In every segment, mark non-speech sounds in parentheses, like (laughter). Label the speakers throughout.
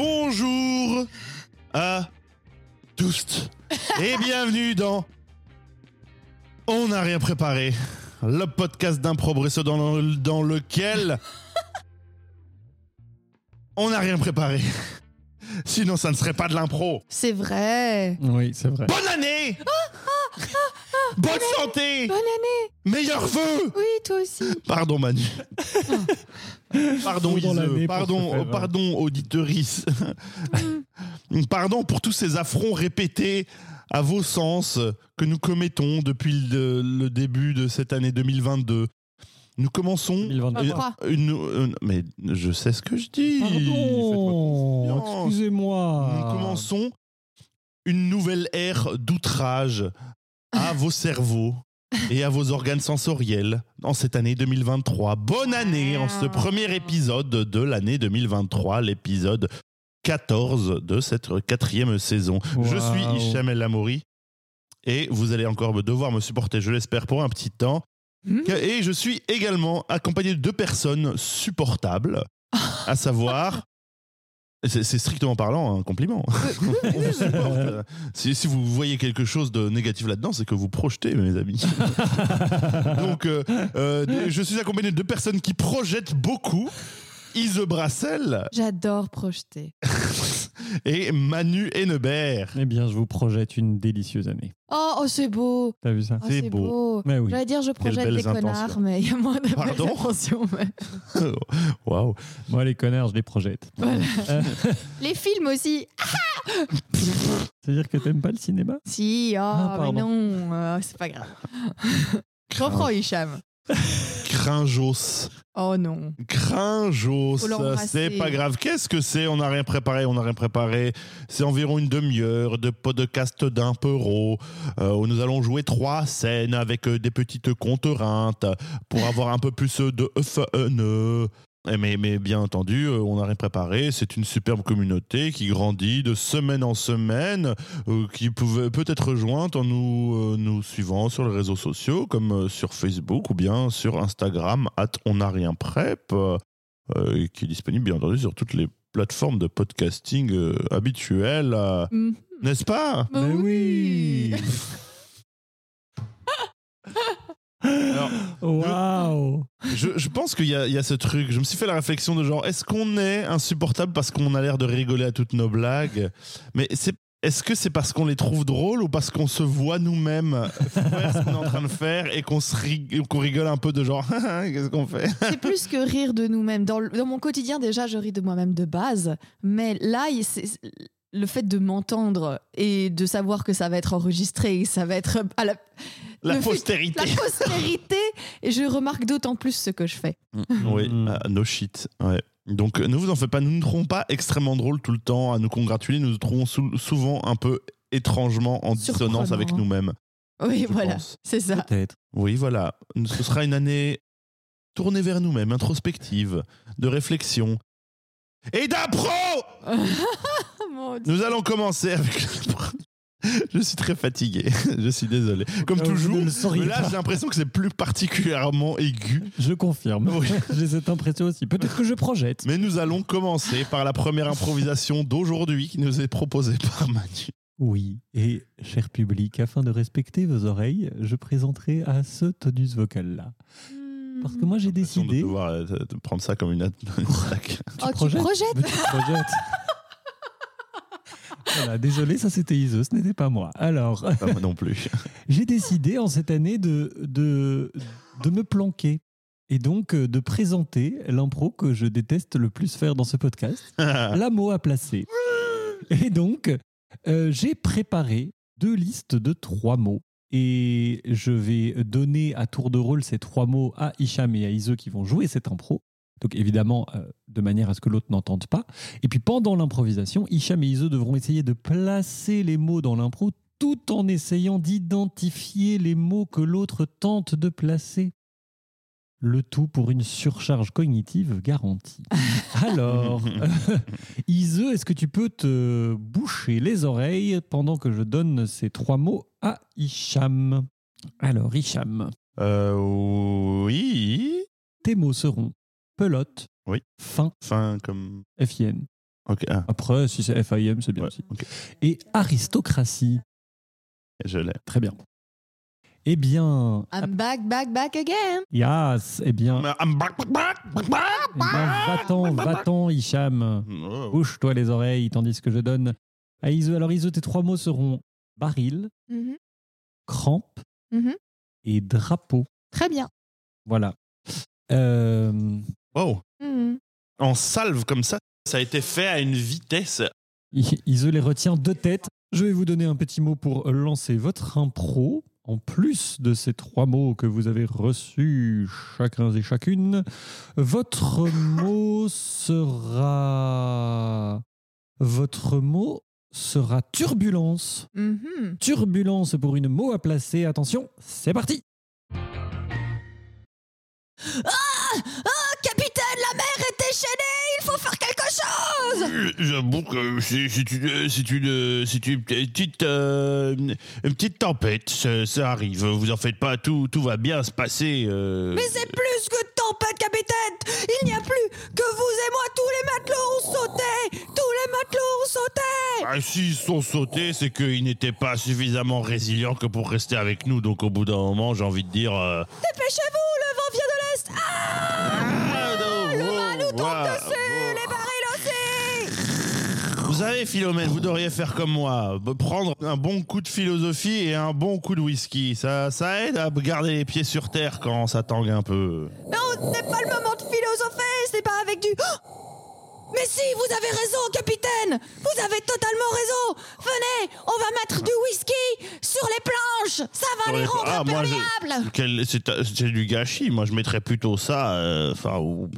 Speaker 1: Bonjour à tous et bienvenue dans On n'a rien préparé, le podcast d'improbresso dans, le- dans lequel on n'a rien préparé. Sinon, ça ne serait pas de l'impro.
Speaker 2: C'est vrai.
Speaker 3: Oui, c'est vrai.
Speaker 1: Bonne année Bonne santé
Speaker 2: Bonne année.
Speaker 1: Meilleurs vœux
Speaker 2: Oui, toi (laughs) aussi.
Speaker 1: Pardon
Speaker 3: (laughs)
Speaker 1: Manu. pardon
Speaker 3: Faut dans l'année
Speaker 1: Iseu.
Speaker 3: pour
Speaker 1: Pardon,
Speaker 3: se faire, euh,
Speaker 1: pardon auditeurice. (laughs) pardon pour tous ces affronts répétés à vos sens que nous commettons depuis le, le début de cette année 2022. Nous commençons
Speaker 3: 2022.
Speaker 1: euh,
Speaker 2: Oh,
Speaker 1: une, une- mais je sais ce que je dis. Faites-moi
Speaker 3: Pardon,
Speaker 1: confiance.
Speaker 3: excusez-moi.
Speaker 1: Nous commençons une nouvelle ère d'outrage à vos cerveaux et à vos organes sensoriels en cette année 2023. Bonne année en ce premier épisode de l'année 2023, l'épisode 14 de cette quatrième saison. Je
Speaker 3: Waouh.
Speaker 1: suis Hicham El Amouri et vous allez encore me devoir me supporter, je l'espère, pour un petit temps.
Speaker 2: Hmm.
Speaker 1: Et je suis également accompagné de deux personnes supportables, à savoir, c'est c'est strictement parlant un compliment. (laughs) On vous supporte. si, si vous voyez quelque chose de négatif là-dedans, c'est que vous projetez, mes amis. Donc, euh, euh, des- je suis accompagné de deux personnes qui projettent beaucoup. Ise Brassel
Speaker 2: J'adore projeter.
Speaker 1: et Manu Hennebert.
Speaker 3: (laughs) Eh bien, je vous projette une délicieuse année.
Speaker 2: Oh, oh, c'est beau.
Speaker 3: T'as vu ça
Speaker 2: Oh,
Speaker 1: C'est
Speaker 2: c'est
Speaker 1: beau.
Speaker 2: beau.
Speaker 3: Mais oui.
Speaker 2: J'allais dire, je projette
Speaker 1: belles
Speaker 2: des connards,
Speaker 1: intentions.
Speaker 2: mais il y a moins de
Speaker 1: Pardon
Speaker 2: belles intentions,
Speaker 3: (laughs)
Speaker 2: mais-
Speaker 1: Waouh.
Speaker 3: Moi, les connards, je les (laughs) projette. Euh,
Speaker 2: Voilà. Les films aussi.
Speaker 3: C'est-à-dire que t'aimes pas le cinéma
Speaker 2: Si, oh,
Speaker 3: Ah,
Speaker 2: mais
Speaker 3: pardon.
Speaker 2: non, euh, c'est pas
Speaker 3: (laughs)
Speaker 2: grave. Je reprends Hicham.
Speaker 1: Cringeos.
Speaker 2: Oh non.
Speaker 1: Cringeos.
Speaker 2: Faut l'embrasser.
Speaker 1: C'est pas grave. Qu'est-ce que c'est On n'a rien préparé, on n'a rien préparé. C'est environ une demi-heure de podcast d'un peuro euh, où nous allons jouer trois scènes avec euh, des petites contraintes pour avoir un peu plus de fun. Eh, Mais, mais bien entendu, euh, on n'a rien préparé. C'est une superbe communauté qui grandit de semaine en semaine, euh, qui pouvait- peut être rejointe en nous, euh, nous suivant sur les réseaux sociaux, comme euh, sur Facebook ou bien sur Instagram, at on n'a rien prep, euh, euh, qui est disponible bien entendu sur toutes les plateformes de podcasting euh, habituelles, euh,
Speaker 2: Hmm.
Speaker 1: n'est-ce pas
Speaker 2: Bah
Speaker 3: Mais oui (laughs)
Speaker 1: Alors,
Speaker 3: Oh, Waouh
Speaker 1: je, je pense qu'il y, a- il y a ce truc. Je me suis fait la réflexion de genre, est-ce qu'on est insupportable parce qu'on a l'air de rigoler à toutes nos blagues Mais c'est est-ce que c'est parce qu'on les trouve drôles ou parce qu'on se voit nous-mêmes faire ce qu'on est en train de faire et qu'on se rig- qu'on rigole un peu de genre, (laughs) hein, qu'est-ce qu'on fait
Speaker 2: C'est
Speaker 3: (laughs)
Speaker 2: plus que rire de nous-mêmes. Dans, le- dans mon quotidien, déjà, je ris de moi-même de base. Mais là, il- c'est- c'est- le fait de m'entendre et de savoir que ça va être enregistré, et ça va être à la,
Speaker 1: La
Speaker 2: Le fait-
Speaker 1: postérité.
Speaker 2: la postérité, et je remarque d'autant plus ce que je fais.
Speaker 1: Oui,
Speaker 3: Mm.
Speaker 1: ah, no shit. Ouais. Donc euh, ne vous en faites pas, nous ne trouvons pas extrêmement drôle tout le temps à nous congratuler, nous nous trouvons sou- souvent un peu étrangement en dissonance
Speaker 2: Surprenant.
Speaker 1: avec nous-mêmes.
Speaker 2: Oui,
Speaker 1: je
Speaker 2: voilà,
Speaker 1: pense.
Speaker 2: c'est ça.
Speaker 3: Peut-être.
Speaker 1: Oui, voilà. Ce sera une année tournée vers nous-mêmes, introspective, de réflexion et d'impro.
Speaker 2: (laughs) Mon Dieu.
Speaker 1: Nous allons commencer avec. le premier. Je suis très fatigué. (laughs) Je suis désolé. Comme
Speaker 3: Ah, vous
Speaker 1: toujours.
Speaker 3: ne le sauriez
Speaker 1: mais là,
Speaker 3: pas.
Speaker 1: j'ai l'impression que c'est plus particulièrement aigu.
Speaker 3: Je confirme.
Speaker 1: Oui.
Speaker 3: (laughs) J'ai cette impression aussi. Peut-être que je projette.
Speaker 1: Mais nous allons commencer par la première improvisation d'aujourd'hui qui nous est proposée par Manu.
Speaker 3: Oui, et cher public, afin de respecter vos oreilles, je présenterai à ce tonus vocal-là.
Speaker 2: Hmm.
Speaker 3: Parce que moi, j'ai
Speaker 1: J'ai l'impression de
Speaker 3: décidé...
Speaker 1: devoir euh, de- de prendre ça comme une at- (laughs) une attaque.
Speaker 2: Oh, tu
Speaker 3: projettes
Speaker 2: projettes
Speaker 3: Mais tu te projettes. voilà, désolé, ça c'était Iso, ce n'était pas moi. Alors,
Speaker 1: Pas moi non plus.
Speaker 3: j'ai décidé en cette année de, de, de me planquer et donc euh, de présenter l'impro que je déteste le plus faire dans ce podcast, la mot à placer. Et donc, euh, j'ai préparé deux listes de trois mots. Et je vais donner à tour de rôle ces trois mots à Hicham et à Iso qui vont jouer cette impro. Donc évidemment, euh, de manière à ce que l'autre n'entende pas. Et puis pendant l'improvisation, Hicham et Iso devront essayer de placer les mots dans l'impro tout en essayant d'identifier les mots que l'autre tente de placer. Le tout pour une surcharge cognitive
Speaker 1: (laughs)
Speaker 3: garantie. Alors, (laughs) Ise, est-ce que tu peux te boucher les oreilles pendant que je donne ces trois mots à Hicham Alors, Hicham,
Speaker 1: Euh, oui.
Speaker 3: tes mots seront pelote,
Speaker 1: Oui.
Speaker 3: fin,
Speaker 1: Enfin, comme.
Speaker 3: FIN,
Speaker 1: Ok, ah,
Speaker 3: Après, si c'est FIM, c'est bien
Speaker 1: ouais,
Speaker 3: aussi.
Speaker 1: ok.
Speaker 3: Et aristocratie.
Speaker 1: je l'ai.
Speaker 3: Très bien. Eh bien,
Speaker 2: I'm back, back, back again.
Speaker 3: yes, eh bien,
Speaker 1: ah, bah,
Speaker 3: eh ben, va-t'en, va-t'en, Hicham.
Speaker 1: Oh.
Speaker 3: Bouche-toi les oreilles, tandis que je donne à Iso. Alors, Iso, tes trois mots seront baril,
Speaker 2: Mhm,
Speaker 3: crampe
Speaker 2: mhm.
Speaker 3: et drapeau.
Speaker 2: Très bien.
Speaker 3: Voilà. Euh,
Speaker 1: Oh,
Speaker 2: Mhm.
Speaker 1: en salve comme ça, ça a été fait à une vitesse.
Speaker 3: I- (laughs) Iso les retient de tête. Je vais vous donner un petit mot pour lancer votre impro. En plus de ces trois mots que vous avez reçus chacun et chacune, votre mot sera. Votre mot sera turbulence.
Speaker 2: Mhm.
Speaker 3: Turbulence pour une mot à placer. Attention, c'est parti
Speaker 2: Oh, capitaine, la mer est déchaînée, il faut faire quelque chose.
Speaker 1: J'avoue que c'est c'est une, c'est une, c'est une petite, euh, une petite tempête, ça, ça arrive. Vous en faites pas, tout, tout va bien se passer. euh.
Speaker 4: Mais c'est plus que tempête, capitaine Il n'y a plus que vous et moi, tous les matelots ont sauté Tous les matelots ont sauté
Speaker 1: Ah, s'ils sont sautés, c'est qu'ils n'étaient pas suffisamment résilients que pour rester avec nous. Donc au bout d'un moment, j'ai envie de dire. euh,
Speaker 4: Dépêchez-vous, le vent vient de l'Est Ah,
Speaker 1: le vent nous tombe
Speaker 4: les barils aussi
Speaker 1: Vous savez, Philomène, vous devriez faire comme moi. B- Prendre un bon coup de philosophie et un bon coup de whisky. Ça, ça aide à garder les pieds sur terre quand ça tangue un peu.
Speaker 4: Non, ce n'est pas le moment de philosopher, ce n'est pas avec du... Oh Mais si, vous avez raison, capitaine Vous avez totalement raison Venez, on va mettre du whisky sur les planches Ça va
Speaker 1: Sur
Speaker 4: les
Speaker 1: les-
Speaker 4: rendre
Speaker 1: Ah, moi, je-
Speaker 4: imperméables
Speaker 1: Quel- C'est euh, c'est du gâchis. Moi, je mettrais plutôt ça. euh, Enfin, ou-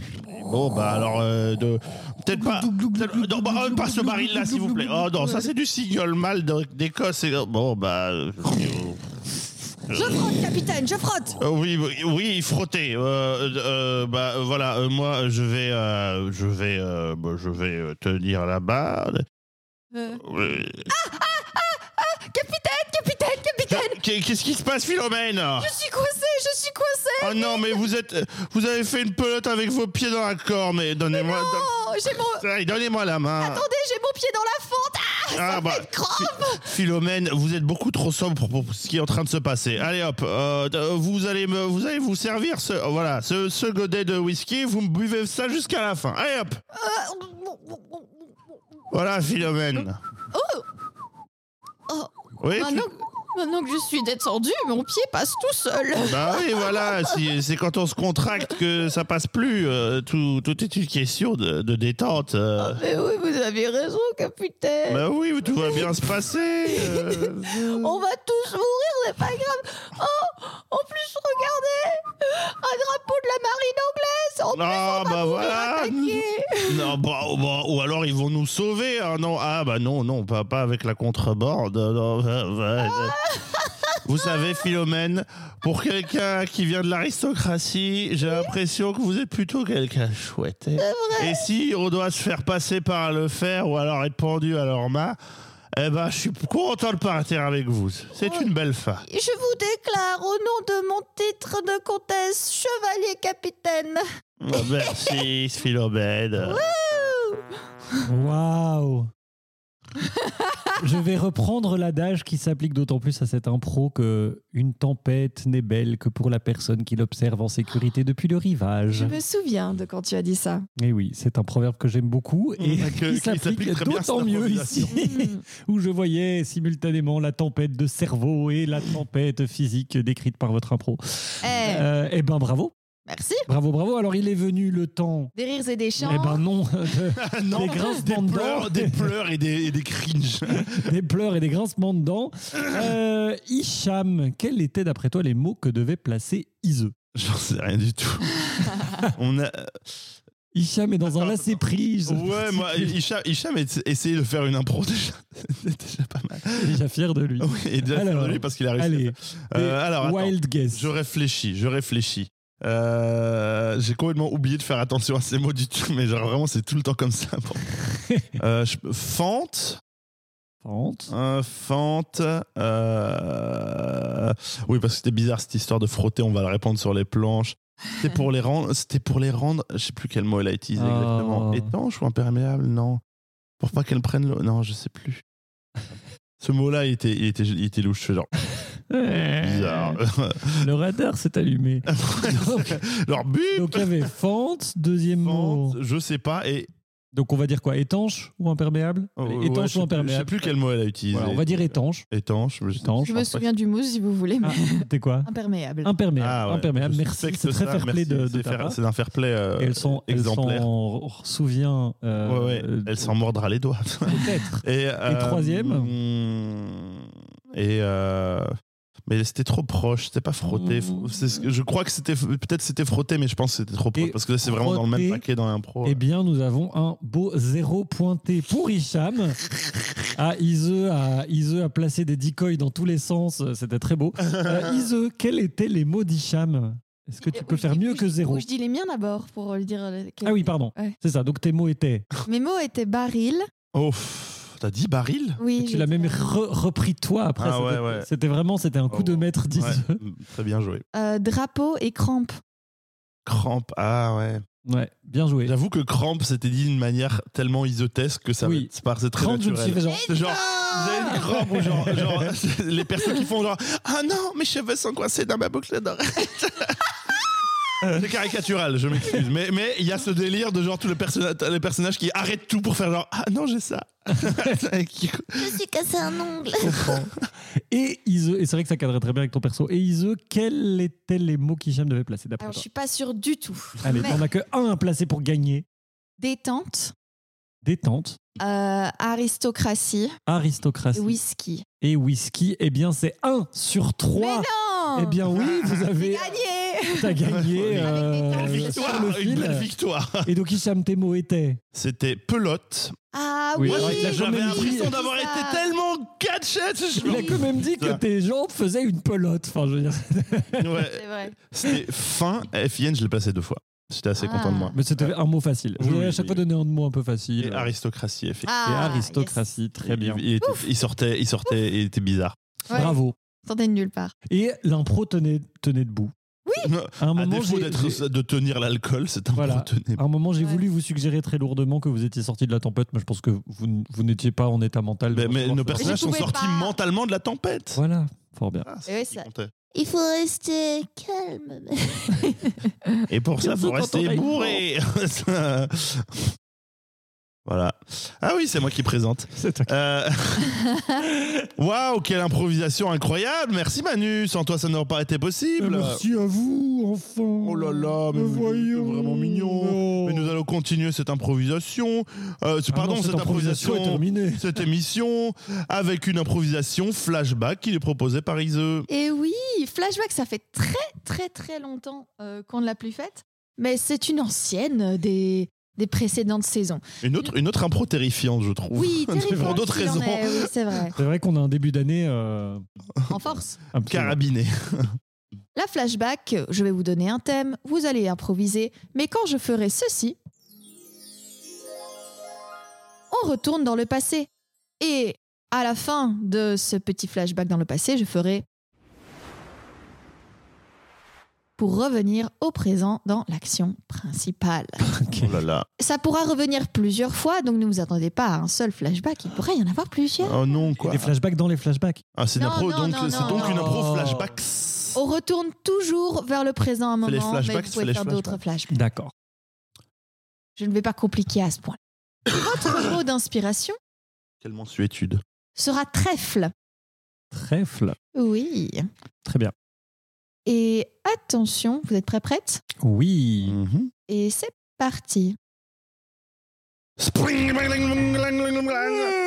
Speaker 1: bon, bah alors, euh, de- peut-être pas. peut-être- non, bah, euh, pas ce baril-là, s'il vous plaît. Oh non, ça c'est du single mal d'Écosse. et- Bon, bah. euh,
Speaker 4: Je frotte, capitaine, je frotte
Speaker 1: Euh, oui, oui, oui, frotter. Euh, euh, bah euh, voilà, euh, moi je vais, euh, je vais, euh, bah, je vais euh, tenir la barre.
Speaker 2: Euh.
Speaker 1: Euh,
Speaker 4: Capitaine, capitaine, capitaine
Speaker 1: ah, qu'est- Qu'est-ce qui se passe, Philomène
Speaker 4: Je suis coincé, je suis coincé
Speaker 1: Oh non, mais vous êtes, euh, vous avez fait une pelote avec vos pieds dans la corde. Mais donnez-moi,
Speaker 4: Oh, j'ai mon...
Speaker 1: don- Allez, donnez-moi la main.
Speaker 4: Attendez, j'ai mon pied dans la fente
Speaker 1: Ah, bah,
Speaker 4: fait crampe.
Speaker 1: Phi- Philomène, vous êtes beaucoup trop sobre pour ce qui est en train de se passer. Allez hop, euh, euh, vous allez me, vous allez vous servir ce, voilà, ce, ce godet de whisky. Vous me buvez ça jusqu'à la fin. Allez hop. Voilà, Philomène.
Speaker 2: Oh.
Speaker 1: Oui, tu-
Speaker 2: Maintenant, que- maintenant que je suis détendue, mon pied passe tout seul.
Speaker 1: Bah oui, voilà, si- c'est quand on se contracte que ça passe plus. euh, tout, tout est une question de, de détente. euh.
Speaker 2: Mais oui, vous avez raison, capitaine.
Speaker 1: Bah oui, tout va bien se passer. euh.
Speaker 2: (laughs) On va tous mourir, c'est pas grave. Oh, en plus, regardez, un drapeau de la marine anglaise. En
Speaker 1: Ah, bah voilà. Non, bah, oh, bah, ou alors ils vont nous sauver. hein, non, ah bah non, non, pas, pas avec la contrebande. non, bah, bah, Vous savez, Philomène, pour quelqu'un qui vient de l'aristocratie, j'ai l'impression que vous êtes plutôt quelqu'un chouette. hein. Et si on doit se faire passer par le fer ou alors être pendu à leur main, eh ben, je suis content de partir avec vous. C'est une belle fin.
Speaker 2: Je vous déclare au nom de mon titre de comtesse, chevalier capitaine.
Speaker 1: Oh, Merci, Philomène.
Speaker 3: Waouh Je vais reprendre l'adage qui s'applique d'autant plus à cette impro que une tempête n'est belle que pour la personne qui l'observe en sécurité depuis le rivage.
Speaker 2: Je me souviens de quand tu as dit ça.
Speaker 3: Et oui, c'est un proverbe que j'aime beaucoup et
Speaker 1: Mmh, que-
Speaker 3: qui
Speaker 1: qui s'applique
Speaker 3: s'applique
Speaker 1: très bien à
Speaker 3: d'autant
Speaker 1: cette
Speaker 3: mieux ici (laughs)
Speaker 2: Hmm.
Speaker 3: où je voyais simultanément la tempête de cerveau et la tempête physique décrite par votre impro.
Speaker 2: Eh,
Speaker 3: Euh, eh ben bravo,
Speaker 2: merci.
Speaker 3: bravo, bravo. Alors il est venu le temps.
Speaker 2: Des rires et des chants.
Speaker 3: Eh ben non, de- des grincements de dents.
Speaker 1: pleurs, des pleurs et des, et des
Speaker 3: (laughs)
Speaker 1: cringes.
Speaker 3: des pleurs et des grincements de dents. Euh, Hicham, quels étaient d'après toi les mots que devait placer Iseu
Speaker 1: J'en sais rien du
Speaker 3: (laughs)
Speaker 1: tout. On a...
Speaker 3: Hicham est dans un
Speaker 1: Attends,
Speaker 3: lacet
Speaker 1: attends.
Speaker 3: prise.
Speaker 1: Ouais, moi, Hicham, Hicham a essayé de faire une impro (laughs) déjà. C'était déjà pas mal.
Speaker 3: Je suis (laughs) déjà fier de lui.
Speaker 1: Oui, et déjà
Speaker 3: Alors,
Speaker 1: fier de lui parce qu'il a réussi. à
Speaker 3: Allez,
Speaker 1: faire. Euh, alors, attends.
Speaker 3: wild guess.
Speaker 1: je réfléchis, je réfléchis. Euh, J'ai complètement oublié de faire attention à ces mots du tout, mais genre vraiment, c'est tout le temps comme ça. Bon.
Speaker 3: (laughs)
Speaker 1: Euh, je- fente,
Speaker 3: Fente.
Speaker 1: un fente. euh, Oui, parce que c'était bizarre cette histoire de frotter. On va le répandre sur les planches. C'était pour les rendre. C'était pour les rendre. Je sais plus quel mot elle a utilisé
Speaker 3: Ah.
Speaker 1: exactement. Étanche ou imperméable Non. Pour pas qu'elle prenne le... Non, je sais plus. Ce mot-là, il était, il, était, il était louche. Je fais genre, Ah,
Speaker 3: (laughs)
Speaker 1: bizarre.
Speaker 3: Euh, Le radar s'est
Speaker 1: (laughs)
Speaker 3: allumé. donc,
Speaker 1: Leur but,
Speaker 3: donc il y avait fente, deuxième mot.
Speaker 1: je sais pas. Et
Speaker 3: Donc on va dire quoi Étanche ou imperméable Allez,
Speaker 1: Oh, Ouais, je sais
Speaker 3: Étanche ou
Speaker 1: plus- Je sais
Speaker 3: imperméable
Speaker 1: plus quel mot elle a utilisé.
Speaker 3: Voilà, On va dire étanche.
Speaker 1: Étanche. mais je-
Speaker 3: Étanche.
Speaker 2: Je me souviens du mousse si vous voulez, mais
Speaker 3: Ah, T'es quoi
Speaker 2: imperméable.
Speaker 3: Imperméable.
Speaker 1: Ah ouais,
Speaker 3: Imperméable.
Speaker 1: je
Speaker 3: euh, Merci.
Speaker 1: sais que
Speaker 3: C'est très
Speaker 1: ça,
Speaker 3: fair play
Speaker 1: merci,
Speaker 3: de, de
Speaker 1: c'est
Speaker 3: ta
Speaker 1: fair-
Speaker 3: part.
Speaker 1: C'est un fair play euh,
Speaker 3: Et elles sont, elles
Speaker 1: exemplaire.
Speaker 3: s'en souvient. euh,
Speaker 1: Ouais, ouais,
Speaker 3: euh,
Speaker 1: elle s'en mordra les
Speaker 3: (laughs)
Speaker 1: doigts.
Speaker 3: Peut-être.
Speaker 1: Et, euh,
Speaker 3: troisième
Speaker 1: mm, Et euh, mais c'était trop proche, c'était pas frotté.
Speaker 3: Mm.
Speaker 1: C'est ce que- je crois que c'était peut-être c'était frotté, mais je pense que c'était trop proche
Speaker 3: Et
Speaker 1: parce que là, c'est vraiment dans le même
Speaker 3: frotté,
Speaker 1: paquet dans l'impro.
Speaker 3: Eh bien, nous avons un beau zéro pointé pour Hicham. Ah, Ise a, Ise a placé des decoys dans tous les sens. C'était très beau. Euh, Ise, quels étaient les mots d'Hicham Est-ce que tu
Speaker 2: Et
Speaker 3: peux
Speaker 2: où je
Speaker 3: faire
Speaker 2: dis-
Speaker 3: mieux
Speaker 2: où je-
Speaker 3: que zéro
Speaker 2: où Je dis les miens d'abord pour le dire. euh, quel-
Speaker 3: Ah oui, pardon.
Speaker 2: Ouais.
Speaker 3: C'est ça. Donc tes mots étaient.
Speaker 2: Mes mots étaient baril.
Speaker 1: Oh, pff, t'as dit baril
Speaker 2: Oui. euh,
Speaker 3: tu
Speaker 2: j'ai
Speaker 3: l'as
Speaker 2: dit
Speaker 3: même
Speaker 2: baril.
Speaker 3: re- repris toi après.
Speaker 1: Ah
Speaker 3: c'était,
Speaker 1: ouais, ouais.
Speaker 3: c'était vraiment, c'était un coup
Speaker 1: Oh,
Speaker 3: de maître d'Ise. (laughs)
Speaker 1: Ouais, mm, Très bien joué.
Speaker 2: Euh, drapeau et crampe.
Speaker 1: Cramp, ah ouais.
Speaker 3: Ouais, bien joué.
Speaker 1: J'avoue que cramp, c'était dit d'une manière tellement isotesque que ça
Speaker 3: Oui.
Speaker 1: c'est par- c'est très
Speaker 3: Crampe, je me suis
Speaker 1: naturel.
Speaker 3: fait genre.
Speaker 1: C'est genre, vous avez une crampe ou genre, genre, (laughs) les personnes qui font genre Ah non, mes cheveux sont coincés dans ma boucle d'oreille. (laughs) Euh, C'est caricatural, je m'excuse. Mais mais il y a ce délire de genre tous les, personna- les personnages qui arrêtent tout pour faire genre Ah non, j'ai ça. (laughs) Qui-
Speaker 4: Je suis cassé un ongle.
Speaker 3: Je comprends. (laughs) Et Ise, et c'est vrai que ça cadrait très bien avec ton perso. Et Ise, quels étaient les mots qu'Hicham devait placer d'après
Speaker 2: Alors, je
Speaker 3: toi
Speaker 2: suis pas sûre du tout.
Speaker 3: Allez, bah.
Speaker 2: Mais-
Speaker 3: on a que un à placer pour gagner.
Speaker 2: Détente,
Speaker 3: Détente,
Speaker 2: euh, aristocratie
Speaker 3: Ah,
Speaker 2: et
Speaker 3: aristocratie
Speaker 2: whisky.
Speaker 3: et whisky. Eh bien, c'est 1 sur 3.
Speaker 2: Non
Speaker 3: Eh bien, oui, vous avez
Speaker 2: Gagné
Speaker 3: t'as gagné
Speaker 1: Avec
Speaker 3: euh,
Speaker 1: Une victoire,
Speaker 3: sur le
Speaker 1: une belle
Speaker 3: fil.
Speaker 1: victoire.
Speaker 3: Et donc, Hicham, tes mots étaient
Speaker 1: C'était pelote.
Speaker 2: Ah
Speaker 3: Oui,
Speaker 2: oui,
Speaker 3: alors, il
Speaker 2: oui,
Speaker 3: a quand
Speaker 1: J'avais
Speaker 3: même
Speaker 2: oui,
Speaker 1: l'impression
Speaker 2: oui,
Speaker 1: d'avoir
Speaker 2: ça.
Speaker 1: été tellement gadget. je-
Speaker 3: Il a quand même dit que
Speaker 1: Putain.
Speaker 3: tes jambes faisaient une pelote. Enfin, je veux dire,
Speaker 1: Ouais.
Speaker 2: C'est vrai.
Speaker 1: C'était fin. FN, je l'ai placé deux fois. J'étais assez
Speaker 2: Ah.
Speaker 1: content de moi.
Speaker 3: mais c'était un mot facile. Je
Speaker 1: Euh, Oui,
Speaker 3: voulais à
Speaker 1: oui,
Speaker 3: chaque
Speaker 1: oui.
Speaker 3: fois donner un mot un peu facile.
Speaker 1: Et aristocratie, effectivement.
Speaker 2: Ah,
Speaker 3: Et aristocratie, très bien.
Speaker 1: Il, il était- il sortait, il sortait, il était bizarre.
Speaker 2: yes. Ouais,
Speaker 3: Bravo.
Speaker 2: sortez de nulle part.
Speaker 3: Et l'impro tenait, tenait debout. À un
Speaker 1: à
Speaker 3: moment,
Speaker 1: défaut
Speaker 3: j'ai-
Speaker 1: d'être,
Speaker 3: j'ai-
Speaker 1: de tenir l'alcool, c'est un
Speaker 3: Voilà.
Speaker 1: peu tenez-
Speaker 3: à un moment, j'ai
Speaker 2: Ouais.
Speaker 3: voulu vous suggérer très lourdement que vous étiez sorti de la tempête, mais je pense que vous, n- vous n'étiez pas en état mental. de
Speaker 1: Mais, mais
Speaker 3: recevoir
Speaker 1: nos
Speaker 3: ce-
Speaker 1: personnages
Speaker 2: Je
Speaker 1: sont
Speaker 2: pouvais
Speaker 1: sortis
Speaker 2: pas.
Speaker 1: mentalement de la tempête.
Speaker 3: Voilà, fort bien.
Speaker 1: Ah, c'est
Speaker 2: Et ouais,
Speaker 1: ce qui
Speaker 2: ça-
Speaker 1: comptait.
Speaker 4: Il faut rester calme.
Speaker 1: Et
Speaker 2: (laughs)
Speaker 1: pour ça,
Speaker 3: Surtout
Speaker 1: vous
Speaker 3: quand on a
Speaker 1: restez
Speaker 3: une
Speaker 1: (laughs) bourré. (laughs) voilà. Ah oui, (laughs) c'est moi qui présente.
Speaker 3: C'est toi.
Speaker 1: Euh, (laughs) Waouh, quelle improvisation incroyable. Merci Manu. Sans toi, ça n'aurait pas été possible.
Speaker 3: à vous, enfin.
Speaker 1: Oh là là, mais vous êtes vraiment mignon. Mais nous allons continuer cette improvisation. Euh,
Speaker 3: Ah
Speaker 1: c'est- pardon, cette, improvisation.
Speaker 3: est terminée.
Speaker 1: cette émission avec une improvisation flashback qui est proposée par Iseux.
Speaker 2: Et oui, flashback, ça fait très très très longtemps euh, qu'on ne l'a plus faite, mais c'est une ancienne des, des précédentes saisons.
Speaker 1: Une autre, une autre impro terrifiante, je trouve. (laughs)
Speaker 2: Oui, terrible.
Speaker 1: Pour d'autres raisons.
Speaker 2: oui, c'est vrai.
Speaker 3: C'est vrai qu'on a un début d'année. euh,
Speaker 2: En force.
Speaker 3: absolument.
Speaker 1: Carabinée.
Speaker 2: La flashback, je vais vous donner un thème, vous allez improviser, mais quand je ferai ceci, on retourne dans le passé. Et à la fin de ce petit flashback dans le passé, je ferai pour revenir au présent dans l'action principale.
Speaker 3: Ok.
Speaker 1: Oh là là.
Speaker 2: Ça pourra revenir plusieurs fois, donc ne vous attendez pas à un seul flashback, il pourrait y en avoir plusieurs.
Speaker 1: Oh non, quoi.
Speaker 3: Des flashbacks dans les flashbacks.
Speaker 1: Ah, c'est une
Speaker 2: Non,
Speaker 1: impro,
Speaker 2: non,
Speaker 1: donc,
Speaker 2: non,
Speaker 1: c'est
Speaker 2: non, Oh.
Speaker 1: donc
Speaker 3: non.
Speaker 1: une impro flashback.
Speaker 2: On retourne toujours vers le présent à un
Speaker 1: Fais les
Speaker 2: moment, mais
Speaker 1: flashbacks,
Speaker 2: vous
Speaker 1: fais
Speaker 2: pouvez
Speaker 1: les
Speaker 2: faire d'autres flashbacks.
Speaker 3: D'accord.
Speaker 2: Je ne vais pas compliquer à ce point. (coughs) Votre mot d'inspiration
Speaker 1: Quelle mensuétude.
Speaker 2: sera trèfle.
Speaker 3: Trèfle.
Speaker 2: Oui.
Speaker 3: Très bien.
Speaker 2: Et attention, vous êtes prêts prête
Speaker 3: Oui.
Speaker 1: Mhm.
Speaker 2: Et c'est parti.
Speaker 1: Spring, bling, bling, bling, bling, bling, bling.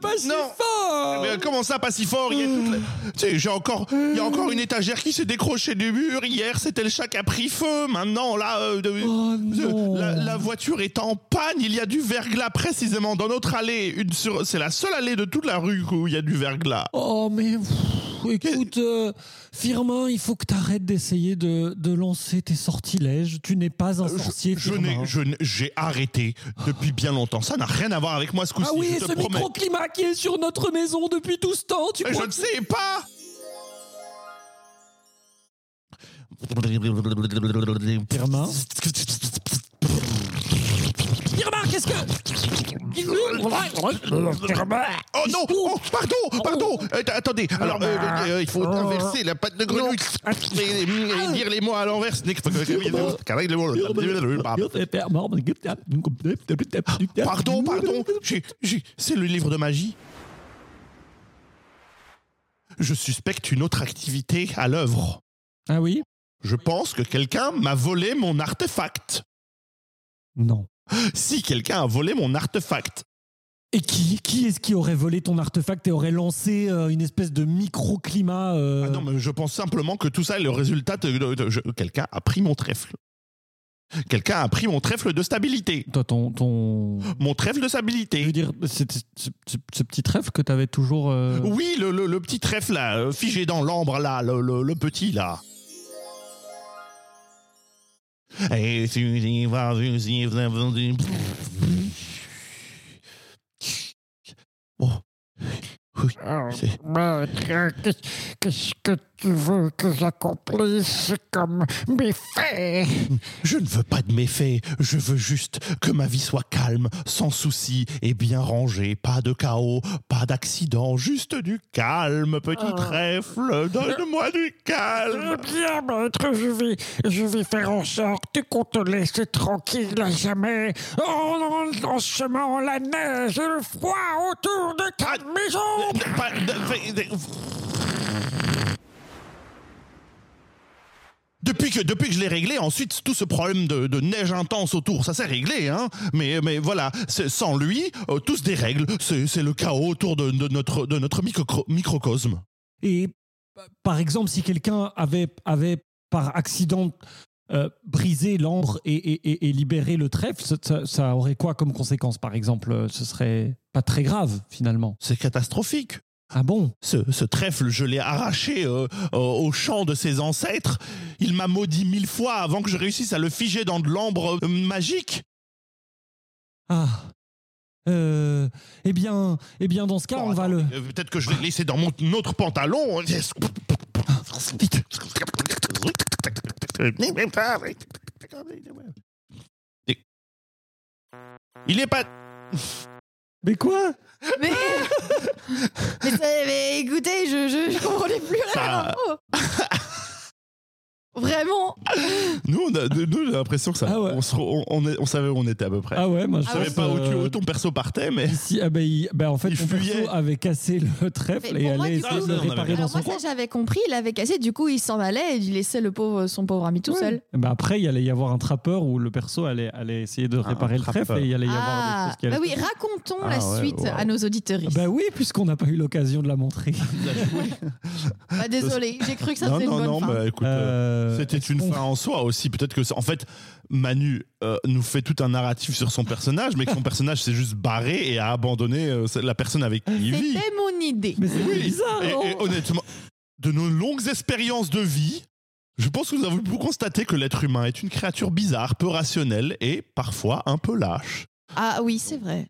Speaker 3: Pas
Speaker 1: Euh, si Non. Eh Mais comment ça, pas si fort Il y a toute la- Tu sais, j'ai encore, il y a encore une étagère qui s'est décrochée du mur. Hier, c'était le chat qui a pris feu. Maintenant, là, euh, de-
Speaker 3: Oh non.
Speaker 1: La, la voiture est en panne, il y a du verglas précisément dans notre allée. Une sur- C'est la seule allée de toute la rue où il y a du verglas.
Speaker 3: Oh mais pff, écoute, euh, Firmin, il faut que t'arrêtes d'essayer de, de lancer tes sortilèges. Tu n'es pas un
Speaker 1: Euh, Je-
Speaker 3: sorcier,
Speaker 1: Je
Speaker 3: Firmin.
Speaker 1: n'ai- je n'ai- j'ai arrêté depuis bien longtemps. Ça n'a rien à voir avec moi ce coup-ci.
Speaker 3: ah oui,
Speaker 1: je
Speaker 3: ce
Speaker 1: te promets. Eh,
Speaker 3: microclimat qui est sur notre maison depuis tout ce temps, tu
Speaker 1: Mais
Speaker 3: crois
Speaker 1: je ne sais pas.
Speaker 3: Firmin
Speaker 5: Remarque, qu'est-ce que.
Speaker 1: Oh non Oh, pardon Pardon Euh, t- Attendez, alors euh,
Speaker 3: Ah.
Speaker 1: euh, il faut
Speaker 3: Oh.
Speaker 1: inverser la patte de grenouille et, et dire les mots à l'envers. ce n'est
Speaker 3: (laughs)
Speaker 1: que- Pardon, pardon j'ai- j'ai- C'est le livre de magie Je suspecte une autre activité à l'œuvre.
Speaker 3: Ah oui
Speaker 1: Je pense que quelqu'un m'a volé mon artefact.
Speaker 3: Non.
Speaker 1: Si quelqu'un a volé mon artefact,
Speaker 3: Et qui, qui est-ce qui aurait volé ton artefact et aurait lancé euh, une espèce de microclimat euh,
Speaker 1: Ah non, mais je pense simplement que tout ça est le résultat de. de- de- je- Quelqu'un a pris mon trèfle. Quelqu'un a pris mon trèfle de stabilité.
Speaker 3: Toi, ton, ton...
Speaker 1: Mon trèfle de
Speaker 3: Je veux
Speaker 1: stabilité.
Speaker 3: dire, c'est- c'est- ce, ce- ce petit trèfle que t'avais toujours... euh,
Speaker 1: Oui, le, le- le petit trèfle là, euh, figé dans l'ambre là, le, le- le petit là. Et tu dis, vas- vas-y, vas-y. Bon. Oui, c'est-
Speaker 5: Qu'est-ce que tu veux que j'accomplisse comme méfait
Speaker 1: Je ne veux pas de méfaits, je veux juste que ma vie soit calme, sans souci et bien rangée. Pas de chaos, pas d'accident, juste du calme, petit trèfle, donne-moi du
Speaker 5: Eh
Speaker 1: calme.
Speaker 5: bien, maître, je vais, je vais faire en sorte qu'on te laisse tranquille à jamais. Oh, En ensemant la neige et le froid autour de ta maison.
Speaker 1: Pas de- Depuis que, depuis que je l'ai réglé, ensuite tout ce problème de, de neige intense autour, ça s'est réglé, hein. Mais, mais voilà, c'est- sans lui, euh, tout se dérègle. C'est c'est le chaos autour de, de notre, de notre micro- microcosme.
Speaker 3: Et euh, par exemple, si quelqu'un avait, avait par accident euh, brisé l'ambre et, et- et- et libéré le trèfle, ça- ça, ça aurait quoi comme conséquence, par exemple euh, Ce serait pas très grave, finalement.
Speaker 1: C'est catastrophique.
Speaker 3: Ah bon
Speaker 1: Ce, ce trèfle, je l'ai arraché euh, euh, au champ de ses ancêtres. Il m'a maudit mille fois avant que je réussisse à le figer dans de l'ambre euh, magique.
Speaker 3: Ah. Euh, eh bien, eh bien, dans ce cas,
Speaker 1: Bon,
Speaker 3: on va
Speaker 1: attends,
Speaker 3: le...
Speaker 1: euh, Peut-être que je l'ai laissé dans mon autre pantalon. Yes. Vite. Il est pas.
Speaker 3: Mais quoi
Speaker 2: Mais, (laughs) mais, ça- mais écoutez, je, je, je comprenais plus rien.
Speaker 1: Ça-
Speaker 2: à l'info. Vraiment
Speaker 1: Nous, on a, nous, j'ai l'impression que ça.
Speaker 3: Ah ouais.
Speaker 1: on, se re- on- on est- on savait où on était à peu près.
Speaker 3: Ah ouais, moi je
Speaker 1: je savais
Speaker 3: pense,
Speaker 1: pas où, tu-
Speaker 3: euh,
Speaker 1: où ton perso partait, mais.
Speaker 3: Ici, ah bah, il- bah, en fait,
Speaker 1: Il
Speaker 3: mon perso
Speaker 1: fuyait.
Speaker 3: avait cassé le trèfle
Speaker 2: Mais
Speaker 3: et
Speaker 2: pour moi,
Speaker 3: allait
Speaker 2: du
Speaker 3: essayer
Speaker 1: coup,
Speaker 3: de le
Speaker 1: Ah, on avait
Speaker 3: réparer
Speaker 1: raison.
Speaker 3: dans
Speaker 2: Alors
Speaker 3: son
Speaker 2: moi, ça,
Speaker 3: coin.
Speaker 2: j'avais compris, il avait cassé, du coup, il s'en allait et il laissait le pauvre, son pauvre ami tout
Speaker 3: Ouais.
Speaker 2: seul.
Speaker 3: Bah, après, il allait y avoir un trappeur où le perso allait, allait essayer de réparer le
Speaker 1: Ah, trappeur.
Speaker 3: trèfle et il allait y avoir des
Speaker 2: Ah,
Speaker 3: choses qui allaient-
Speaker 2: bah oui, racontons
Speaker 1: Ah
Speaker 2: la
Speaker 1: ouais,
Speaker 2: suite
Speaker 1: wow.
Speaker 2: à nos auditeurs.
Speaker 3: Ah bah oui, puisqu'on n'a pas eu l'occasion de la montrer.
Speaker 2: Bah, désolé, j'ai cru que
Speaker 1: (laughs)
Speaker 2: ça
Speaker 1: non,
Speaker 2: c'était une
Speaker 1: non,
Speaker 2: bonne
Speaker 1: non,
Speaker 2: fin.
Speaker 1: bah, écoute. euh,
Speaker 3: Euh,
Speaker 1: C'était
Speaker 3: est-ce
Speaker 1: une
Speaker 3: qu'on-
Speaker 1: fin en soi aussi. Peut-être que, ça- en fait, Manu euh, nous fait tout un narratif sur son personnage, mais que son personnage s'est juste barré et a abandonné euh, la personne avec qui il vit.
Speaker 2: C'était mon idée.
Speaker 3: Mais oh. c'est bizarre,
Speaker 1: Et,
Speaker 3: non
Speaker 1: et honnêtement, de nos longues expériences de vie, je pense que nous avons pu constater que l'être humain est une créature bizarre, peu rationnelle et parfois un peu lâche.
Speaker 2: Ah oui, c'est vrai.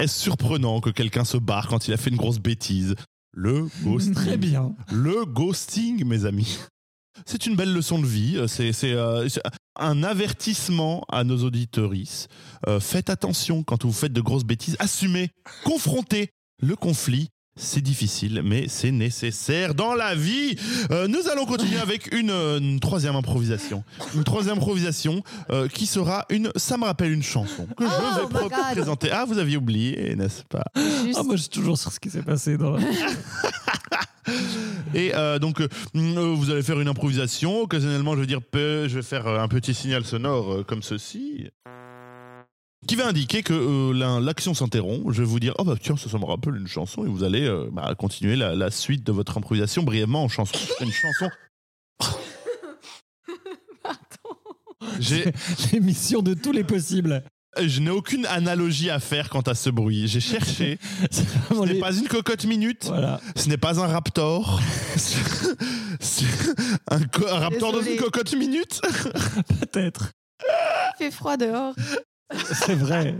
Speaker 1: Est-ce surprenant que quelqu'un se barre quand il a fait une grosse bêtise
Speaker 3: (laughs)
Speaker 1: Le
Speaker 3: Très
Speaker 1: ghosting.
Speaker 3: eh bien.
Speaker 1: Le ghosting, mes amis. C'est une belle leçon de vie. euh, C'est c'est, euh, c'est un avertissement à nos auditorices. Euh, faites attention quand vous faites de grosses bêtises. Assumez, confrontez le conflit. C'est difficile, mais c'est nécessaire dans la vie. Euh, nous allons continuer avec une, euh, une troisième improvisation. Une troisième improvisation euh, qui sera une. Ça me rappelle une chanson que
Speaker 2: Oh
Speaker 1: je vais
Speaker 2: my
Speaker 1: pro-
Speaker 2: God.
Speaker 1: présenter. Ah, vous aviez oublié, n'est-ce pas
Speaker 2: Juste-
Speaker 3: Ah, moi, je suis toujours sur ce qui s'est passé. Dans (laughs) la-
Speaker 1: Et euh, donc, euh, euh, vous allez faire une improvisation. Occasionnellement, je vais dire, peu- je vais faire euh, un petit signal sonore euh, comme ceci, qui va indiquer que euh, la- l'action s'interrompt. Je vais vous dire, oh bah tiens, ça, ça me rappelle une chanson, et vous allez euh, bah, continuer la, la suite de votre improvisation brièvement en chanson. Une chanson. J'ai-
Speaker 3: L'émission de tous les possibles. (laughs)
Speaker 1: Je n'ai aucune analogie à faire quant à ce bruit. J'ai cherché.
Speaker 3: C'est
Speaker 1: Ce
Speaker 3: vraiment
Speaker 1: n'est
Speaker 3: les-
Speaker 1: pas une cocotte minute.
Speaker 3: Voilà.
Speaker 1: Ce n'est pas un raptor. (laughs) C'est un, co- un raptor dans
Speaker 2: Désolée.
Speaker 1: une cocotte minute.
Speaker 3: Peut-être. bah.
Speaker 2: Il fait froid dehors. (laughs)
Speaker 3: C'est vrai.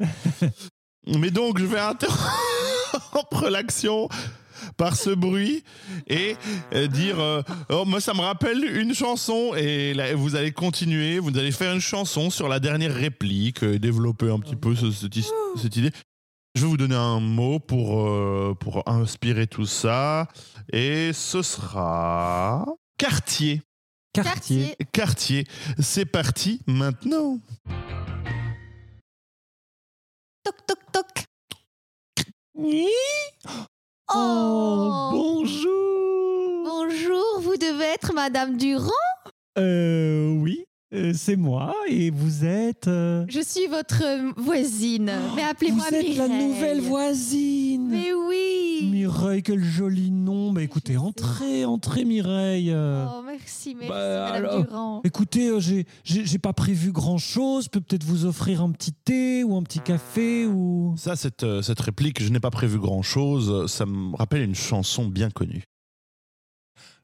Speaker 1: Mais donc, je vais interrompre l'action par ce bruit et euh, dire euh, oh, moi ça me rappelle une chanson et là, vous allez continuer, vous allez faire une chanson sur la dernière réplique, euh, développer un petit peu ce- cette his- cette idée. Je vais vous donner un mot pour, euh, pour inspirer tout ça et ce sera quartier.
Speaker 3: Quartier.
Speaker 1: Quartier, c'est parti maintenant.
Speaker 4: Toc, toc, toc.
Speaker 3: Oui. Oh,
Speaker 4: Oh.
Speaker 3: bonjour.
Speaker 4: Bonjour, vous devez être Madame Durand.
Speaker 3: Euh, oui, euh, c'est moi et vous êtes. euh,
Speaker 2: Je suis votre euh, voisine, mais appelez-moi
Speaker 3: Oh, vous êtes
Speaker 2: Mireille.
Speaker 3: la nouvelle voisine.
Speaker 4: Mais oui.
Speaker 3: Mireille, quel joli nom. Mais écoutez, entrez, entrez, Mireille. euh.
Speaker 2: Oh, merci, merci,
Speaker 3: Bah,
Speaker 2: Madame
Speaker 3: alors-
Speaker 2: Durand.
Speaker 3: Écoutez, euh, j'ai- j'ai j'ai pas prévu grand chose. Peut peut-être vous offrir un petit thé ou un petit café ou.
Speaker 1: Ça, cette, euh, cette réplique, je n'ai pas prévu grand-chose, ça me rappelle une chanson bien connue.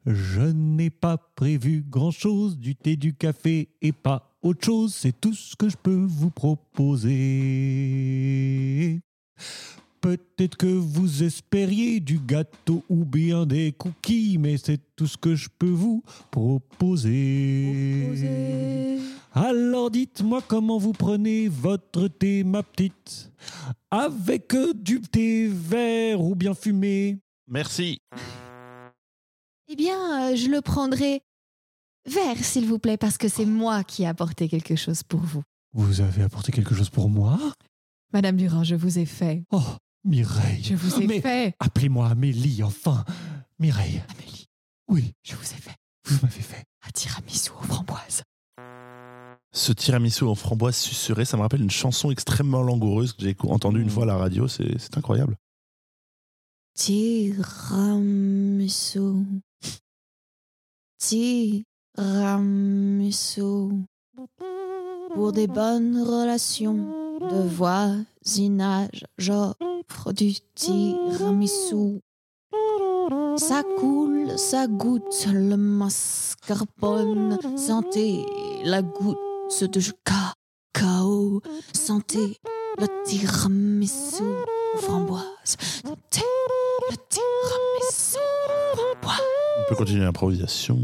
Speaker 3: Je n'ai pas prévu grand chose. Du thé, du café et pas autre chose. C'est tout ce que je peux vous proposer. Peut-être que vous espériez du gâteau ou bien des cookies, mais c'est tout ce que je peux vous proposer. Alors dites-moi comment vous prenez votre thé, ma petite. Avec euh, du thé vert ou bien fumé
Speaker 1: Merci.
Speaker 2: Eh bien, euh, je le prendrai vert, s'il vous plaît, parce que c'est moi qui ai apporté quelque chose pour vous.
Speaker 3: Vous avez apporté quelque chose pour moi
Speaker 2: Madame Durand, je vous ai fait.
Speaker 3: Oh, Mireille.
Speaker 2: Je vous ai
Speaker 3: Mais
Speaker 2: fait.
Speaker 3: appelez-moi Amélie, enfin. Mireille.
Speaker 2: Amélie,
Speaker 3: Oui,
Speaker 2: je vous ai fait
Speaker 3: vous m'avez fait.
Speaker 2: un tiramisu aux framboises.
Speaker 1: Ce tiramisu en framboise susurré, ça me rappelle une chanson extrêmement langoureuse que j'ai écou- entendue une fois à la radio, c'est c'est incroyable.
Speaker 4: Tiramisu. Tiramisu. Pour des bonnes relations de voisinage, j'offre du tiramisu. Ça coule, ça goûte le mascarpone. Sentez la goutte de cacao. Sentez le tiramisu aux framboises. Sentez le tiramisu aux framboises.
Speaker 1: On peut continuer l'improvisation.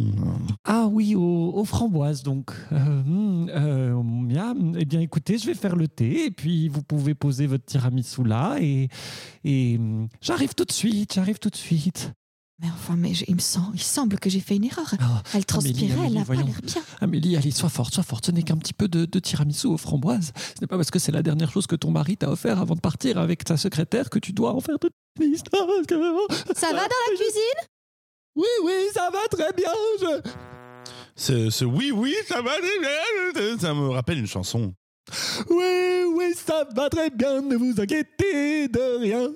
Speaker 3: Ah oui, aux, aux framboises donc. Euh, hmm, euh, miam. Eh bien écoutez, je vais faire le thé et puis vous pouvez poser votre tiramisu là et, et hmm, j'arrive tout de suite, j'arrive tout de suite.
Speaker 4: Mais enfin, mais je- il me semble, il semble que j'ai fait une erreur.
Speaker 3: Oh,
Speaker 4: Elle transpirait,
Speaker 3: Amélie,
Speaker 4: elle n'a pas
Speaker 3: voyons.
Speaker 4: l'air bien.
Speaker 3: Amélie, allez, sois forte, sois forte. Ce n'est qu'un petit peu de, de tiramisu aux framboises. Ce n'est pas parce que c'est la dernière chose que ton mari t'a offert avant de partir avec ta secrétaire que tu dois en faire toute une histoire.
Speaker 2: Ça va dans la cuisine
Speaker 3: Oui, oui, ça va très bien. je-
Speaker 1: Ce, ce oui, oui, ça va, ça me rappelle une chanson.
Speaker 3: Oui, oui, ça va très bien. Ne vous inquiétez de rien.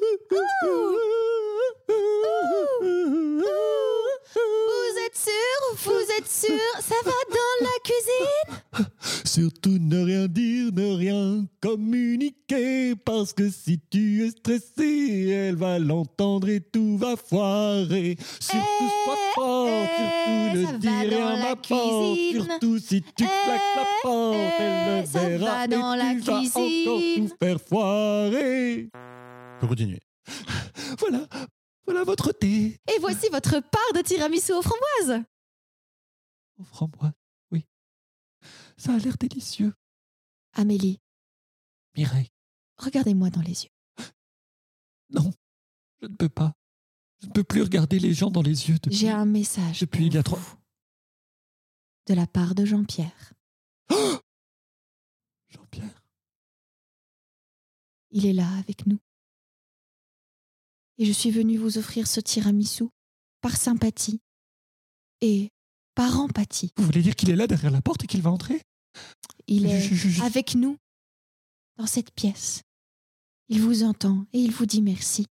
Speaker 2: Vous êtes sûr Vous êtes sûr Ça va dans la cuisine
Speaker 3: Surtout ne rien dire, ne rien communiquer, parce que si tu es stressé, elle va l'entendre et tout va foirer. Surtout sois fort,
Speaker 2: eh, ça
Speaker 3: surtout ne
Speaker 2: va
Speaker 3: dis
Speaker 2: dans
Speaker 3: rien
Speaker 2: la
Speaker 3: ma porte,
Speaker 2: cuisine.
Speaker 3: surtout si tu
Speaker 2: Eh,
Speaker 3: claques la porte, elle le
Speaker 2: ça
Speaker 3: verra
Speaker 2: va
Speaker 3: et
Speaker 2: dans la
Speaker 3: tu vas encore
Speaker 2: cuisine.
Speaker 3: tout faire foirer.
Speaker 1: On peut continuer.
Speaker 3: Voilà, voilà votre thé
Speaker 2: Et voici votre part de tiramisu aux framboises.
Speaker 3: aux framboises. Oui, ça a l'air délicieux,
Speaker 2: Amélie,
Speaker 3: Mireille.
Speaker 2: regardez-moi dans les yeux.
Speaker 3: Je ne peux pas. Je ne peux plus regarder les gens dans les yeux depuis.
Speaker 2: J'ai un message.
Speaker 3: Depuis
Speaker 2: pour
Speaker 3: il y a trois-
Speaker 2: vous. De la part de Jean-Pierre.
Speaker 3: Jean-Pierre.
Speaker 2: Il est là avec nous.
Speaker 4: Et je suis venue vous offrir ce tiramisu par sympathie et par empathie.
Speaker 3: Vous voulez dire qu'il est là derrière la porte et qu'il va entrer
Speaker 4: Il est
Speaker 3: Je- je- je-
Speaker 4: avec nous dans cette pièce. Il vous entend et il vous dit merci.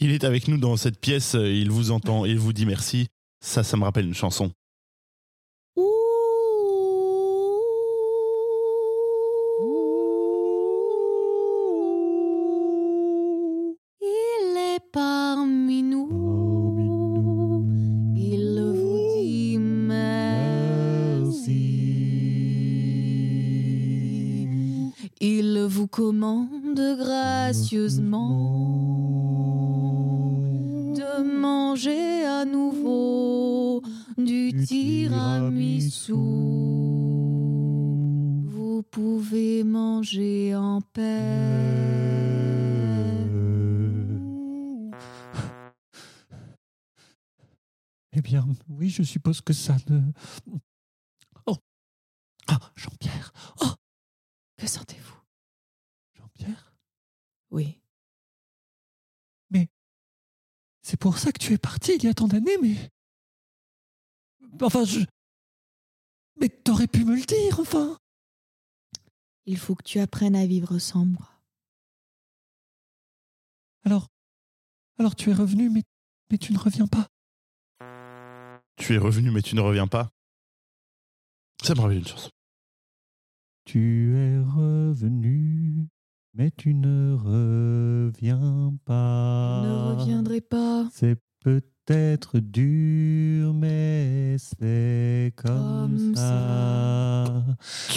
Speaker 1: Il est avec nous dans cette pièce, euh, il vous entend, il vous dit merci. Ça, ça me rappelle une chanson.
Speaker 4: Il est parmi nous. Il vous dit merci. Il vous commande gracieusement.
Speaker 2: manger à nouveau du
Speaker 3: Du
Speaker 2: tiramisu. Vous pouvez manger en paix.
Speaker 3: Eh bien, oui, je suppose que ça ne. Oh Ah, Jean-Pierre Oh
Speaker 2: Que sentez-vous
Speaker 3: Jean-Pierre
Speaker 2: Oui.
Speaker 3: C'est pour ça que tu es parti il y a tant d'années, mais. Enfin, je. Mais t'aurais pu me le dire, enfin
Speaker 2: Il faut que tu apprennes à vivre sans moi.
Speaker 3: Alors. Alors tu es revenu, mais. Mais tu ne reviens pas.
Speaker 1: Tu es revenu, mais tu ne reviens pas. Ça me rappelle une chose.
Speaker 3: Tu es revenu, mais tu ne reviens pas.
Speaker 2: Ne reviendrai pas
Speaker 3: C'est peut-être dur, mais c'est comme,
Speaker 2: Comme
Speaker 3: ça.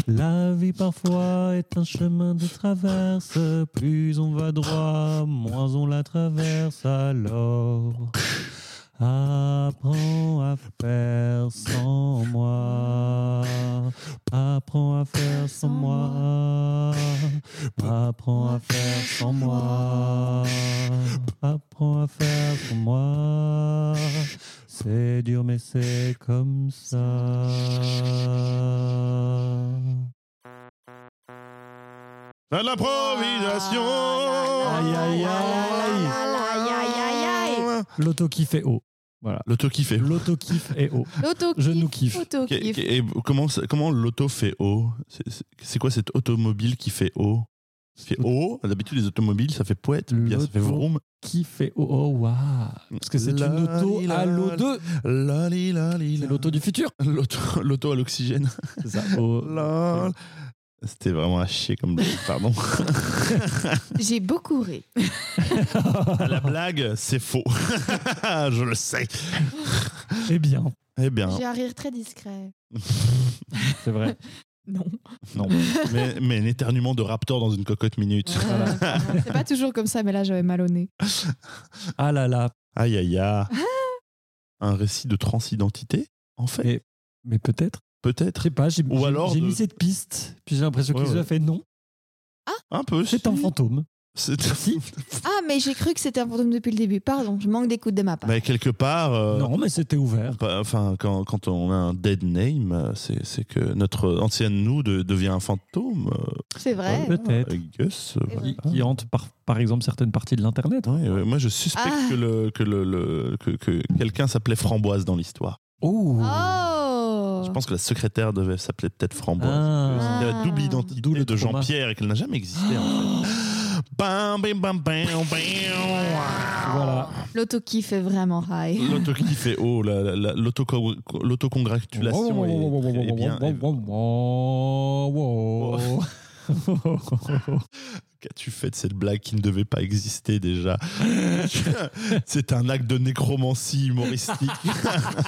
Speaker 3: La vie parfois est un chemin de traverse. Plus on va droit, moins on la traverse. Alors, apprends à faire sans moi. Apprends à faire sans moi. Apprends à faire sans moi. Apprends à faire sans moi. C'est dur, mais c'est comme ça.
Speaker 1: À l'improvisation
Speaker 2: Aïe,
Speaker 3: aïe, aïe. L'auto-kiff est haut.
Speaker 1: L'auto-kiff est
Speaker 3: L'auto-kiff est haut. Je nous kiffe.
Speaker 1: Qu'est-
Speaker 2: Auto-kiff.
Speaker 1: qu'est- Et comment, ça- comment l'auto fait haut C'est- c'est- C'est quoi cette automobile qui fait haut Ça fait haut. D'habitude, les automobiles, ça fait poète, puis ça fait
Speaker 3: L'auto-
Speaker 1: vroom.
Speaker 3: Kiff est haut. Oh, waouh. Parce que c'est une
Speaker 1: La-
Speaker 3: auto
Speaker 1: la-
Speaker 3: à l'eau
Speaker 1: La- li- la- li-
Speaker 3: C'est
Speaker 1: la.
Speaker 3: l'auto du futur.
Speaker 1: L'auto l'auto à l'oxygène.
Speaker 3: C'est ça. Oh.
Speaker 1: Lol. C'était vraiment à chier comme blague,
Speaker 3: (laughs)
Speaker 1: pardon.
Speaker 2: J'ai beaucoup ri.
Speaker 1: La blague, c'est faux. (laughs) Je le sais.
Speaker 3: Eh bien,
Speaker 1: Eh bien,
Speaker 2: J'ai un rire très discret.
Speaker 1: (laughs)
Speaker 3: c'est vrai.
Speaker 2: Non.
Speaker 3: Non.
Speaker 1: mais, mais un éternuement de raptor dans une cocotte minute.
Speaker 2: C'est pas toujours comme ça, mais là j'avais mal au nez.
Speaker 3: Ah là là.
Speaker 1: Aïe, aïe,
Speaker 3: Ah.
Speaker 1: aïe. Un récit de transidentité, en fait,
Speaker 3: Mais, mais peut-être. Je
Speaker 1: peut-être.
Speaker 3: sais pas, j'ai
Speaker 1: Ou
Speaker 3: j'ai-
Speaker 1: alors
Speaker 3: j'ai
Speaker 1: de-
Speaker 3: mis cette piste, puis j'ai l'impression
Speaker 1: Ouais,
Speaker 3: qu'ils
Speaker 1: ouais.
Speaker 3: ont fait non.
Speaker 1: Un peu.
Speaker 3: C'est un fantôme.
Speaker 1: C'est-
Speaker 3: Si.
Speaker 2: Ah, mais j'ai cru que c'était un fantôme depuis le début. Pardon, je manque d'écoute de ma part.
Speaker 1: Mais quelque part, euh,
Speaker 3: non, mais c'était ouvert.
Speaker 1: pas- enfin, quand, quand on a un dead name, euh, c'est c'est que notre ancienne nous de- devient un fantôme. euh,
Speaker 2: C'est vrai.
Speaker 3: Peut-être.
Speaker 1: I guess, euh,
Speaker 2: Et
Speaker 1: voilà.
Speaker 3: Qui, qui hante par, par exemple certaines parties de l'internet. hein.
Speaker 1: Ouais, ouais, moi, je suspecte
Speaker 2: Ah.
Speaker 1: que, le, que, le, le- que, que quelqu'un s'appelait Framboise dans l'histoire.
Speaker 3: Oh.
Speaker 2: Oh
Speaker 1: Je pense que la secrétaire devait s'appeler peut-être Framboise.
Speaker 3: Ah.
Speaker 1: Il y a la double
Speaker 3: D'où
Speaker 1: identité de
Speaker 3: le trauma.
Speaker 1: Jean-Pierre et qu'elle n'a jamais existé en fait. Bam, bim, bam, bam, bam.
Speaker 3: Voilà.
Speaker 2: L'auto-kiff est vraiment high.
Speaker 1: L'auto-kiff est haut, la- la- la- l'auto- l'autocongratulation est, est bien. est- Qu'as-tu fait de cette blague qui ne devait pas exister déjà (laughs) C'est un acte de nécromancie humoristique.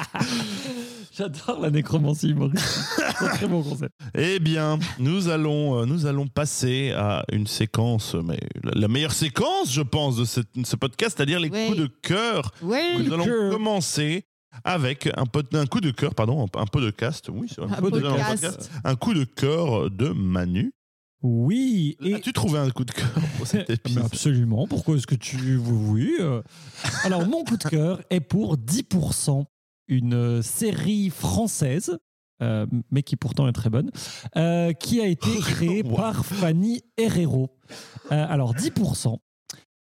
Speaker 3: (laughs) J'adore la nécromancie, Maurice. (laughs) C'est un très bon concept.
Speaker 1: eh bien, nous allons, euh, nous allons passer à une séquence, mais la, la meilleure séquence, je pense, de cette- ce podcast, c'est-à-dire les
Speaker 2: Ouais.
Speaker 1: coups de cœur.
Speaker 2: Ouais.
Speaker 1: Nous allons
Speaker 3: cœur.
Speaker 1: commencer avec un, pot- un coup de cœur, pardon, un, un peu de cast, oui, c'est
Speaker 2: Un
Speaker 1: un,
Speaker 2: peu
Speaker 1: peu de-
Speaker 2: de cast.
Speaker 1: un coup de cœur de Manu.
Speaker 3: Oui. Et... Ah,
Speaker 1: As-tu trouvé un coup de cœur
Speaker 3: (laughs)
Speaker 1: pour cet
Speaker 3: Mais
Speaker 1: épisode
Speaker 3: absolument. Pourquoi est-ce que tu. Oui. euh. Alors, mon coup de cœur est pour 10%, une euh, série française, euh, mais qui pourtant est très bonne, euh, qui a été créée
Speaker 1: Wow.
Speaker 3: par Fanny Herrero. Euh, alors, 10%,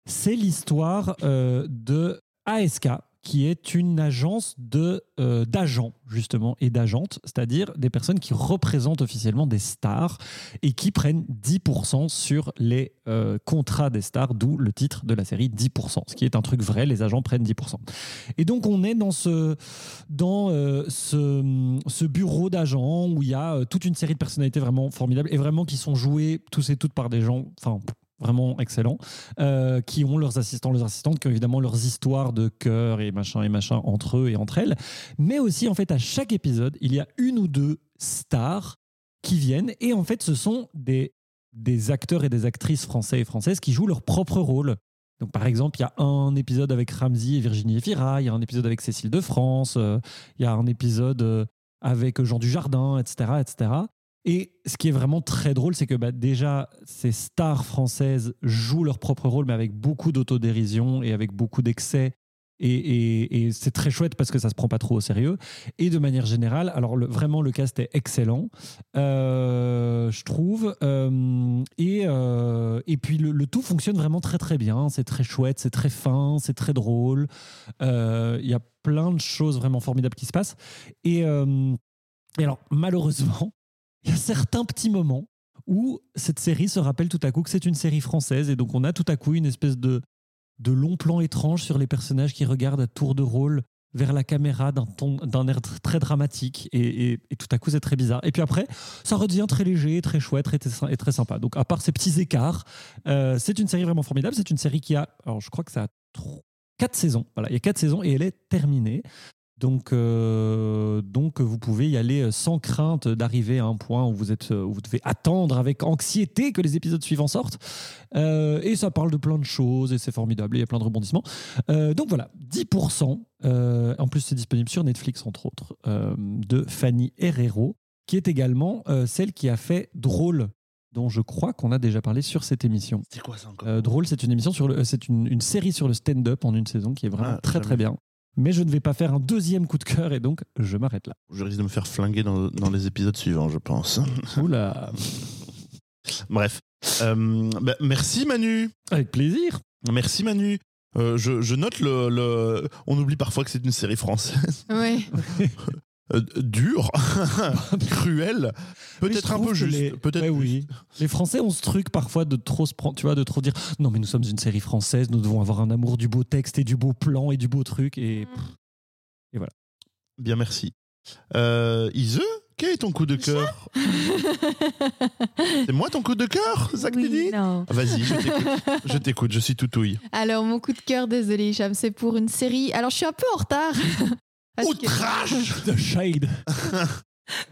Speaker 3: c'est l'histoire euh, de ASK, qui est une agence de, euh, d'agents, justement, et d'agentes, c'est-à-dire des personnes qui représentent officiellement des stars et qui prennent 10% sur les euh, contrats des stars, d'où le titre de la série 10%, ce qui est un truc vrai, les agents prennent 10%. Et donc on est dans ce, dans, euh, ce, ce bureau d'agents où il y a euh, toute une série de personnalités vraiment formidables et vraiment qui sont jouées tous et toutes par des gens, enfin vraiment excellents, euh, qui ont leurs assistants, leurs assistantes, qui ont évidemment leurs histoires de cœur et machin et machin entre eux et entre elles. Mais aussi en fait à chaque épisode, il y a une ou deux stars qui viennent et en fait ce sont des, des acteurs et des actrices français et françaises qui jouent leur propre rôle Donc, par exemple, il y a un épisode avec Ramsey et Virginie Efira, il y a un épisode avec Cécile de France, euh, il y a un épisode euh, avec Jean Dujardin, etc., etc. Et ce qui est vraiment très drôle, c'est que bah, déjà, ces stars françaises jouent leur propre rôle, mais avec beaucoup d'autodérision et avec beaucoup d'excès. Et, et- et c'est très chouette parce que ça se prend pas trop au sérieux. Et de manière générale, alors le- vraiment, le cast est excellent, euh, je trouve. Euh, et, euh, et puis, le, le tout fonctionne vraiment très, très bien. C'est très chouette, c'est très fin, c'est très drôle. Euh, Il y a plein de choses vraiment formidables qui se passent. Et, euh, et alors, malheureusement, (laughs) il y a certains petits moments où cette série se rappelle tout à coup que c'est une série française et donc on a tout à coup une espèce de, de long plan étrange sur les personnages qui regardent à tour de rôle vers la caméra d'un ton- d'un air tr- très dramatique et, et- et tout à coup c'est très bizarre. Et puis après, ça redevient très léger, très chouette très- très- et très sympa. Donc à part ces petits écarts, euh, c'est une série vraiment formidable. C'est une série qui a, alors je crois que ça a trois- quatre saisons. Voilà, il y a quatre saisons et elle est terminée. Donc, euh, donc vous pouvez y aller euh, sans crainte d'arriver à un point où vous, êtes, euh, où vous devez attendre avec anxiété que les épisodes suivants sortent. Euh, et ça parle de plein de choses et c'est formidable, et il y a plein de rebondissements. Euh, donc voilà, 10%, euh, en plus c'est disponible sur Netflix entre autres, euh, de Fanny Herrero, qui est également euh, celle qui a fait Drôle, dont je crois qu'on a déjà parlé sur cette émission.
Speaker 1: C'est quoi ça encore
Speaker 3: Euh, Drôle, c'est une émission sur le- euh, c'est une, une série sur le stand-up en une saison qui est vraiment
Speaker 1: Ah,
Speaker 3: très très bien. Mais je ne vais pas faire un deuxième coup de cœur et donc je
Speaker 1: (laughs)
Speaker 3: m'arrête là.
Speaker 1: Je risque de me faire flinguer dans, dans les épisodes suivants, je pense.
Speaker 3: Oula,
Speaker 1: Bref. Euh, bah, merci Manu.
Speaker 3: avec plaisir.
Speaker 1: Merci Manu. Euh, je, je note le, le- On oublie parfois que c'est une série française.
Speaker 2: Ouais.
Speaker 1: Euh, dure, (laughs) cruelle,
Speaker 3: Mais je
Speaker 1: peut-être un
Speaker 3: trouve
Speaker 1: peu
Speaker 3: que
Speaker 1: juste.
Speaker 3: les-
Speaker 1: Peut-être
Speaker 3: Ouais, oui. Les Français ont ce truc parfois de trop se prendre, tu vois, de trop dire non mais nous sommes une série française, nous devons avoir un amour du beau texte et du beau plan et du beau truc et
Speaker 2: Mm.
Speaker 1: Bien, merci. Euh, Ise, quel est ton coup de cœur C'est moi ton coup de cœur, Zach
Speaker 2: Oui,
Speaker 1: Didi
Speaker 2: non.
Speaker 1: Ah, Vas-y, je t'écoute. Je t'écoute, je suis toutouille.
Speaker 2: Alors, mon coup de cœur, désolé, Hicham, c'est pour une série. Alors, je suis un peu
Speaker 1: (laughs)
Speaker 2: en retard. Parce que-
Speaker 1: Outrage
Speaker 3: (laughs) The Shade.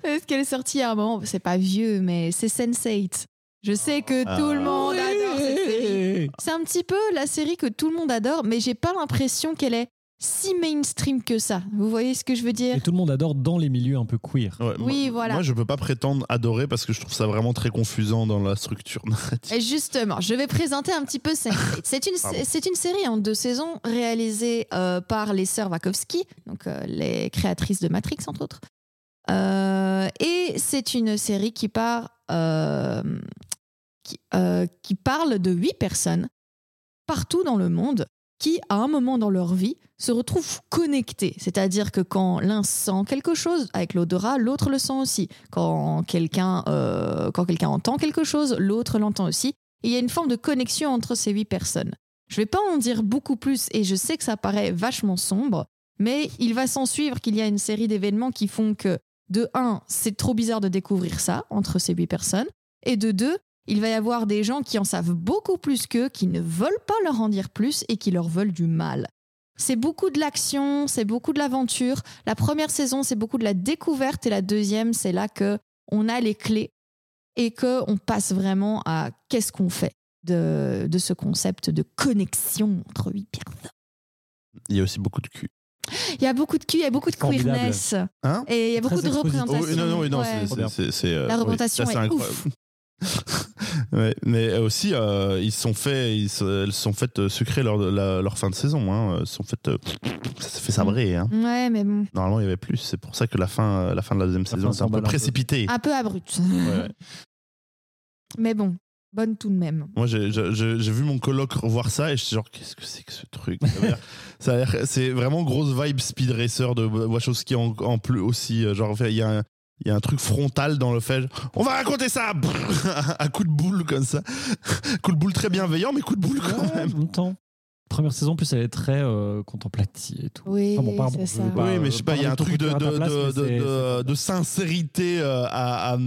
Speaker 2: Parce qu'elle est sortie à un moment, c'est pas vieux, mais c'est Sense8. Je sais que
Speaker 1: Ah.
Speaker 2: tout le monde adore cette série.
Speaker 3: Ouais.
Speaker 2: C'est un petit peu la série que tout le monde adore, mais j'ai pas l'impression qu'elle est si mainstream que ça. Vous voyez ce que je veux dire
Speaker 3: Et tout le monde adore dans les milieux un peu queer.
Speaker 1: Ouais,
Speaker 2: Oui,
Speaker 1: moi,
Speaker 2: voilà.
Speaker 1: Moi, je peux pas prétendre adorer parce que je trouve ça vraiment très confusant dans la structure narrative.
Speaker 2: Et justement, je vais présenter un petit peu
Speaker 1: (laughs)
Speaker 2: Sense8. C'est une,
Speaker 1: Pardon.
Speaker 2: c'est une série en deux saisons réalisée euh, par les sœurs Wachowski, donc euh, les créatrices de Matrix, entre autres. Euh, et c'est une série qui part, euh, qui, euh, qui parle de huit personnes partout dans le monde qui, à un moment dans leur vie, se retrouvent connectés. C'est-à-dire que quand l'un sent quelque chose avec l'odorat, l'autre le sent aussi. Quand quelqu'un euh, quand quelqu'un entend quelque chose, l'autre l'entend aussi. Et il y a une forme de connexion entre ces huit personnes. Je vais pas en dire beaucoup plus et je sais que ça paraît vachement sombre, mais il va s'en suivre qu'il y a une série d'événements qui font que, de un, c'est trop bizarre de découvrir ça entre ces huit personnes, et de deux, il va y avoir des gens qui en savent beaucoup plus qu'eux, qui ne veulent pas leur en dire plus et qui leur veulent du mal. C'est beaucoup de l'action, c'est beaucoup de l'aventure. La première saison, c'est beaucoup de la découverte et la deuxième, c'est là que on a les clés et que on passe vraiment à qu'est-ce qu'on fait de, de ce concept de connexion entre huit personnes.
Speaker 1: Il y a aussi beaucoup de cul.
Speaker 2: Il y a beaucoup de cul, il y a beaucoup de
Speaker 3: Formidable.
Speaker 2: queerness
Speaker 1: Hein
Speaker 2: et il y a beaucoup de
Speaker 3: expositif.
Speaker 1: Oh,
Speaker 2: représentations.
Speaker 1: oui, non, non, oui, non,
Speaker 2: Ouais.
Speaker 1: c'est- c'est- c'est- c'est, euh,
Speaker 2: La
Speaker 1: oui,
Speaker 2: représentation
Speaker 1: ça, c'est
Speaker 2: est
Speaker 1: incroyable.
Speaker 2: ouf.
Speaker 1: (laughs) Ouais, mais aussi, euh, ils se sont fait, ils se- elles se sont faites euh, sucrer leur, la- leur fin de saison. Hein. Elles se sont faites, euh, ça s'est fait sabrer. Hein.
Speaker 2: Ouais, mais bon,
Speaker 1: Normalement, il y avait plus. C'est pour ça que la fin, euh, la fin de la deuxième
Speaker 3: fin
Speaker 1: saison, c'est un
Speaker 3: s'emballe
Speaker 1: peu
Speaker 3: un peu.
Speaker 1: précipité.
Speaker 2: un peu abrupt.
Speaker 1: Ouais, ouais.
Speaker 2: Mais bon, bonne tout de même.
Speaker 1: Moi, j'ai j'ai- j'ai- j'ai vu mon coloc revoir ça et je suis genre, qu'est-ce que c'est que ce truc Ça a l'air- ça a l'air- C'est vraiment grosse vibe speed racer de Wachowski en, en plus aussi. euh, Genre, en fait, il y, a un- il y a un truc frontal dans le fait. On va raconter ça (laughs) À coup de boule comme ça. (laughs) coup de boule très bienveillant, mais coup de boule quand
Speaker 3: Ouais,
Speaker 1: même.
Speaker 3: en même temps. Première saison, plus elle est très euh, contemplative et tout.
Speaker 2: Oui,
Speaker 3: Ah bon, pardon,
Speaker 2: c'est
Speaker 3: je veux
Speaker 2: ça.
Speaker 3: pas-
Speaker 1: oui, mais je sais pas, il y a un
Speaker 3: euh, parler
Speaker 1: truc de,
Speaker 3: de ton
Speaker 1: de,
Speaker 3: cœur à ta
Speaker 1: de,
Speaker 3: place, mais
Speaker 1: de-
Speaker 3: c'est-
Speaker 1: de- de sincérité euh, à, à-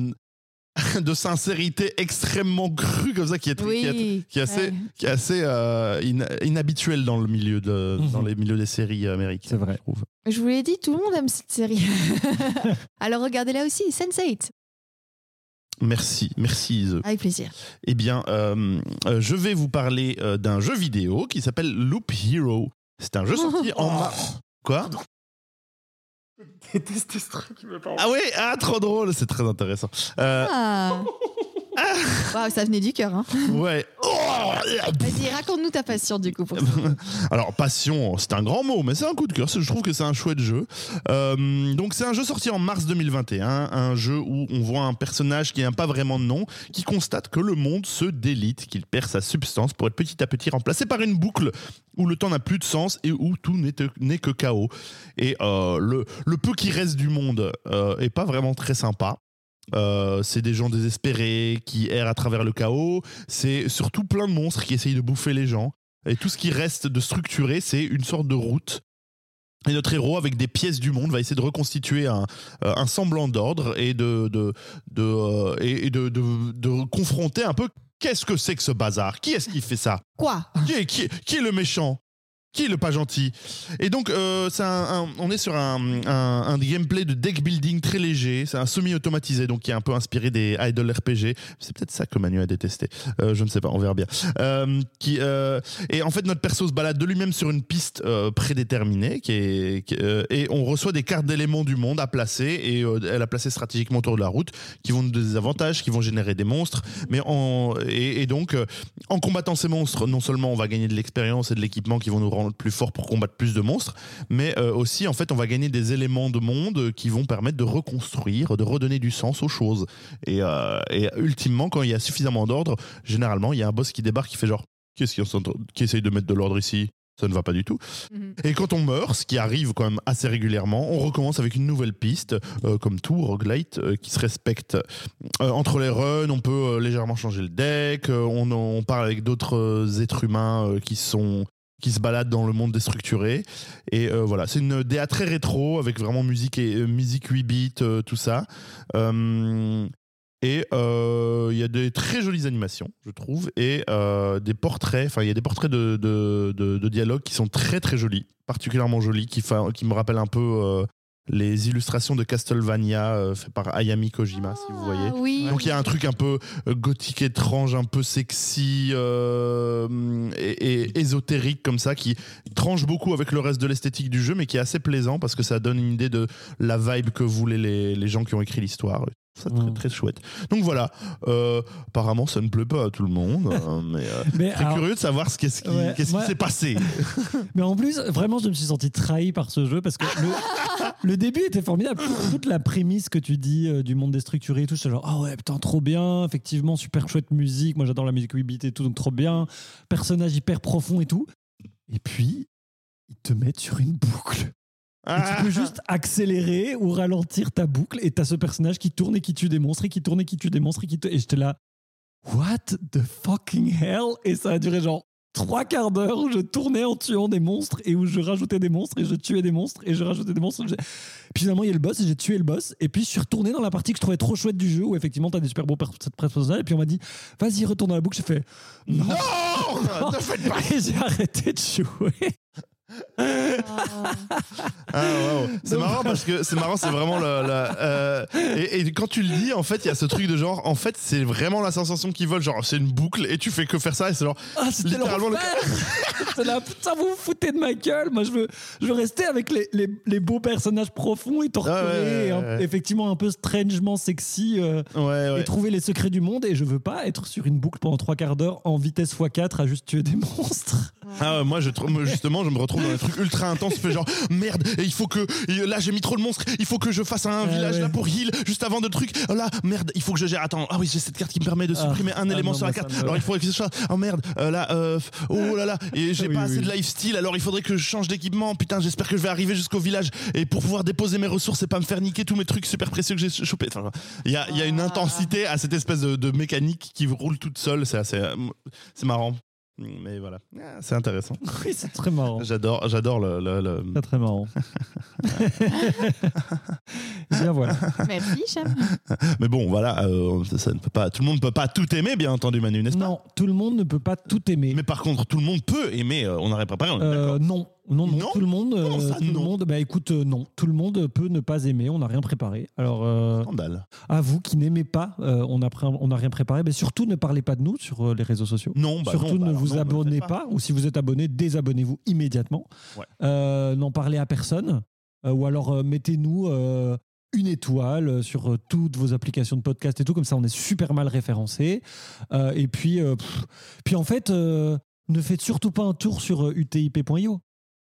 Speaker 1: (laughs) de sincérité extrêmement crue comme ça qui est, qui est,
Speaker 2: Oui.
Speaker 1: qui est assez,
Speaker 2: Ouais.
Speaker 1: qui est assez euh, ina- inhabituel dans le milieu de,
Speaker 3: Mhm.
Speaker 1: dans les milieux des séries
Speaker 3: C'est
Speaker 1: américaines.
Speaker 3: vrai.
Speaker 1: Je trouve.
Speaker 2: Je vous l'ai (laughs) dit, tout le monde aime cette série. Alors regardez-la aussi, Sense8.
Speaker 1: Merci, merci Ise.
Speaker 2: Avec plaisir.
Speaker 1: Eh bien, euh, euh, je vais vous parler euh, d'un jeu vidéo qui s'appelle Loop Hero. C'est un jeu sorti en mars. Quoi
Speaker 6: Déteste ce truc, il me parle.
Speaker 1: Ah ouais, ah trop drôle, c'est très intéressant.
Speaker 2: (laughs)
Speaker 1: Euh,
Speaker 2: Ah.
Speaker 1: Ah.
Speaker 2: Waouh, ça venait du cœur. Hein.
Speaker 1: ouais. Oh
Speaker 2: Vas-y, raconte-nous ta passion du coup. Pour ça.
Speaker 1: (laughs) Alors, passion, c'est un grand mot, mais c'est un coup de cœur. Je trouve que c'est un chouette jeu. Euh, donc, c'est un jeu sorti en mars 2021. Un jeu où on voit un personnage qui n'a pas vraiment de nom, qui constate que le monde se délite, qu'il perd sa substance pour être petit à petit remplacé par une boucle où le temps n'a plus de sens et où tout n'est n'est que chaos. Et euh, le, le peu qui reste du monde euh, est pas vraiment très sympa. Euh, c'est des gens désespérés qui errent à travers le chaos. C'est surtout plein de monstres qui essayent de bouffer les gens. Et tout ce qui reste de structuré, c'est une sorte de route. Et notre héros, avec des pièces du monde, va essayer de reconstituer un, euh, un semblant d'ordre et de, de, de, euh, et et de, de- de confronter un peu qu'est-ce que c'est que ce bazar Qui est-ce qui fait ça
Speaker 2: Quoi
Speaker 1: qui est, qui, est- qui est le méchant qui est le pas gentil Et donc, euh, c'est un- un- on est sur un, un- un gameplay de deck building très léger. C'est un semi-automatisé, donc qui est un peu inspiré des idle RPG. C'est peut-être ça que Manu a détesté. Euh, je ne sais pas, on verra bien. Euh, qui, euh, et en fait, notre perso se balade de lui-même sur une piste euh, prédéterminée, qui est, qui- euh, et on reçoit des cartes d'éléments du monde à placer, et euh, elle a placé stratégiquement autour de la route, qui vont nous donner des avantages, qui vont générer des monstres. Mais en, et, et donc, euh, en combattant ces monstres, non seulement on va gagner de l'expérience et de l'équipement qui vont nous rendre plus forts pour combattre plus de monstres, mais euh, aussi en fait on va gagner des éléments de monde qui vont permettre de reconstruire, de redonner du sens aux choses. Et, euh, et ultimement, quand il y a suffisamment d'ordre, généralement il y a un boss qui débarque qui fait genre qu'est-ce qui, qui essaye de mettre de l'ordre ici ça ne va pas du tout.
Speaker 2: Mhm.
Speaker 1: Et quand on meurt, ce qui arrive quand même assez régulièrement, on recommence avec une nouvelle piste, euh, comme tout roguelite, euh, qui se respecte euh, entre les runs, on peut euh, légèrement changer le deck, euh, on, on parle avec d'autres euh, êtres humains euh, qui sont qui se baladent dans le monde déstructuré et euh, voilà c'est une DA très rétro avec vraiment musique et euh, musique 8 bits euh, tout ça Euh, et euh, il y a des très jolies animations je trouve et euh, des portraits enfin il y a des portraits de, de, de- de dialogues qui sont très très jolis particulièrement jolis qui, fa- qui me rappellent un peu euh, les illustrations de Castlevania euh, fait par Ayami Kojima Bah, si vous voyez
Speaker 2: Ah Oui.
Speaker 1: donc il y a un truc un peu euh, gothique étrange, un peu sexy euh, et, et ésotérique comme ça qui tranche beaucoup avec le reste de l'esthétique du jeu mais qui est assez plaisant parce que ça donne une idée de la vibe que voulaient les, les gens qui ont écrit l'histoire. Je trouve Ça très,
Speaker 3: Mm.
Speaker 1: très chouette. Donc voilà, euh, apparemment ça ne plaît pas à tout le monde,
Speaker 3: (laughs)
Speaker 1: euh, mais euh,
Speaker 3: Mais,
Speaker 1: très
Speaker 3: alors-
Speaker 1: curieux de savoir ce qu'est-ce qui
Speaker 3: Ouais,
Speaker 1: qu'est-ce qui
Speaker 3: moi-
Speaker 1: s'est
Speaker 3: (laughs)
Speaker 1: passé.
Speaker 3: mais en plus, vraiment, je me suis senti trahi par ce jeu parce que le, le début était formidable. Toute la prémisse que tu dis euh, du monde déstructuré et tout, c'est genre, ah ouais, putain, trop bien, effectivement, super chouette musique. Moi, j'adore la musique 8 bits et tout, donc trop bien. Personnage hyper profond et tout. Et puis, ils te mettent sur une boucle. Et
Speaker 1: Ah,
Speaker 3: tu peux juste accélérer ou ralentir ta boucle et t'as ce personnage qui tourne et qui tue des monstres et qui tourne et qui tue des monstres et qui tue- Et j'étais là, what the fucking hell Et ça a duré genre trois quarts d'heure où je tournais en tuant des monstres et où je rajoutais des monstres et je tuais des monstres et je rajoutais des monstres. J'ai- Puis finalement, il y a le boss et j'ai tué le boss. Et puis je suis retourné dans la partie que je trouvais trop chouette du jeu où effectivement t'as des super beaux pers- personnages. Et puis on m'a dit, vas-y, retourne dans la boucle. J'ai fait, non (laughs)
Speaker 1: Non, ne faites pas
Speaker 3: Et j'ai arrêté de jouer.
Speaker 1: Ah, waouh. C'est
Speaker 3: Donc-
Speaker 1: marrant parce que c'est marrant, c'est vraiment la. la- euh, et, et quand tu le dis, en fait, il y a ce truc de genre, en fait, c'est vraiment la sensation qu'ils veulent. Genre, c'est une boucle et tu fais que faire ça et c'est genre.
Speaker 3: Ah, c'était
Speaker 1: Littéralement, le-
Speaker 3: l'enfer
Speaker 1: (laughs)
Speaker 3: C'est là, putain, vous vous foutez de ma gueule Moi, je veux, je veux rester avec les, les, les beaux personnages profonds et torturés,
Speaker 1: Ah ouais, ouais,
Speaker 3: et un-
Speaker 1: ouais, ouais.
Speaker 3: effectivement un peu strangement sexy, euh,
Speaker 1: Ouais, ouais.
Speaker 3: et trouver les secrets du monde, et je veux pas être sur une boucle pendant trois quarts d'heure en vitesse x4 à juste tuer des monstres. (laughs)
Speaker 1: Ah, ouais, moi, je trouve, moi, justement, je me retrouve dans un truc ultra intense. Je fais genre, merde, et il faut que. et Là, j'ai mis trop de monstres. Il faut que je fasse un
Speaker 3: Ouais,
Speaker 1: village
Speaker 3: Ah, ouais.
Speaker 1: là pour heal juste avant de truc. Oh là, merde, il faut que je gère. Attends, ah oui, j'ai cette carte qui me permet de
Speaker 3: Ah,
Speaker 1: supprimer un
Speaker 3: ah
Speaker 1: élément
Speaker 3: non,
Speaker 1: sur la
Speaker 3: moi, ça
Speaker 1: carte.
Speaker 3: me-
Speaker 1: Alors, il faudrait que je fasse. Oh merde, euh, là, euh, oh là là, et j'ai
Speaker 3: Oui,
Speaker 1: pas assez
Speaker 3: oui.
Speaker 1: de lifestyle. Alors, il faudrait que je change d'équipement. Putain, j'espère que je vais arriver jusqu'au village et pour pouvoir déposer mes ressources et pas me faire niquer tous mes trucs super précieux que j'ai chopés. Enfin, il y a, il y a une
Speaker 2: Ah.
Speaker 1: intensité à cette espèce de, de mécanique qui roule toute seule. C'est assez. euh, C'est marrant. Mais voilà, Ah, c'est intéressant.
Speaker 3: Oui, c'est très
Speaker 1: (laughs)
Speaker 3: marrant.
Speaker 1: J'adore, j'adore le, le- le-
Speaker 3: Très très marrant. Eh (laughs) Bien voilà.
Speaker 2: Merci, Cham.
Speaker 1: Mais bon, voilà, euh, ça, ça ne peut pas, tout le monde ne peut pas tout aimer, bien entendu, Manu, n'est-ce pas
Speaker 3: Non, tout le monde ne peut pas tout aimer.
Speaker 1: Mais par contre, tout le monde peut aimer. euh, on aurait préparé, on est d'accord.
Speaker 3: Euh, non, non, non,
Speaker 1: Non
Speaker 3: tout le monde, euh,
Speaker 1: Comment ça,
Speaker 3: tout le
Speaker 1: non
Speaker 3: monde, bah écoute, euh, non, tout le monde peut ne pas aimer. On n'a rien préparé. Alors euh,
Speaker 1: Scandale.
Speaker 3: à vous qui n'aimez pas, euh, on n'a pré- on n'a rien préparé. Mais surtout ne parlez pas de nous sur euh, les réseaux sociaux.
Speaker 1: Non, bah
Speaker 3: Surtout
Speaker 1: non, bah
Speaker 3: ne
Speaker 1: alors
Speaker 3: vous
Speaker 1: non, bah
Speaker 3: abonnez
Speaker 1: faites
Speaker 3: pas. ou si vous êtes abonné, désabonnez-vous immédiatement.
Speaker 1: Ouais.
Speaker 3: Euh, N'en parlez à personne, Euh, ou alors euh, mettez-nous euh, une étoile euh, sur euh, toutes vos applications de podcast et tout, comme ça on est super mal référencé. et puis, euh, pff, puis en fait, euh, ne faites surtout pas un tour sur euh, utip.io.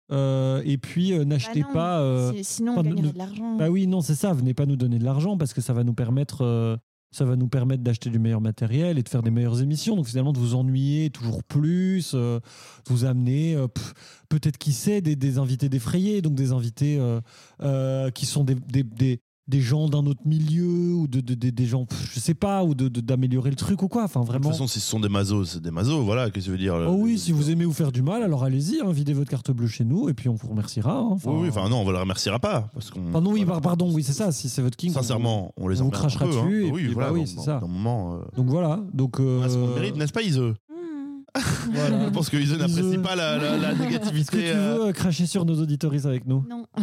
Speaker 3: Euh, et puis euh, n'achetez
Speaker 2: non,
Speaker 3: pas. euh,
Speaker 2: C'est- Sinon, on
Speaker 3: enfin, ne-
Speaker 2: gagnerait
Speaker 3: ne-
Speaker 2: de l'argent.
Speaker 3: bah oui, non, c'est ça. Venez pas nous donner de l'argent parce que ça va nous permettre, euh, ça va nous permettre d'acheter du meilleur matériel et de faire des meilleures émissions. Donc finalement, de vous ennuyer toujours plus, euh, de vous amener, euh, pff, peut-être qui sait, des, des invités défrayés, donc des invités euh, euh, qui sont des, des, des- des gens d'un autre milieu ou de, de- des- des gens, pff, je sais pas, ou de- de- d'améliorer le truc ou quoi. Enfin,
Speaker 1: De
Speaker 3: vraiment.
Speaker 1: toute façon, euh, si ce sont des mazos, c'est des mazos, voilà, qu'est-ce que je veux dire le-
Speaker 3: Oh oui, si vous aimez vous faire du mal, alors allez-y, hein, videz votre carte bleue chez nous et puis on vous remerciera. hein. Enfin,
Speaker 1: Oui, oui, enfin non, on ne le remerciera pas. Parce qu'on,
Speaker 3: pardon, oui,
Speaker 1: voilà.
Speaker 3: par- pardon, oui, c'est ça, si c'est votre king.
Speaker 1: Sincèrement, on les
Speaker 3: on vous
Speaker 1: emmerde un
Speaker 3: crachera
Speaker 1: peu, hein.
Speaker 3: dessus, et
Speaker 1: Bah Oui,
Speaker 3: puis,
Speaker 1: voilà,
Speaker 3: bah oui,
Speaker 1: dans-
Speaker 3: c'est
Speaker 1: dans-
Speaker 3: ça.
Speaker 1: dans un moment. euh,
Speaker 3: Donc voilà. Donc,
Speaker 1: on a ce qu'on
Speaker 3: euh, (laughs)
Speaker 1: mérite, n'est-ce pas, Iseu
Speaker 2: Hmm.
Speaker 1: Je
Speaker 3: voilà.
Speaker 1: pense que Iseu n'apprécie
Speaker 3: Iseu.
Speaker 1: pas la, la-
Speaker 3: (laughs)
Speaker 1: la
Speaker 3: Est-ce que
Speaker 1: négativité.
Speaker 3: tu
Speaker 1: euh,
Speaker 3: veux euh, cracher sur nos auditoristes avec nous
Speaker 2: Non.
Speaker 1: (laughs)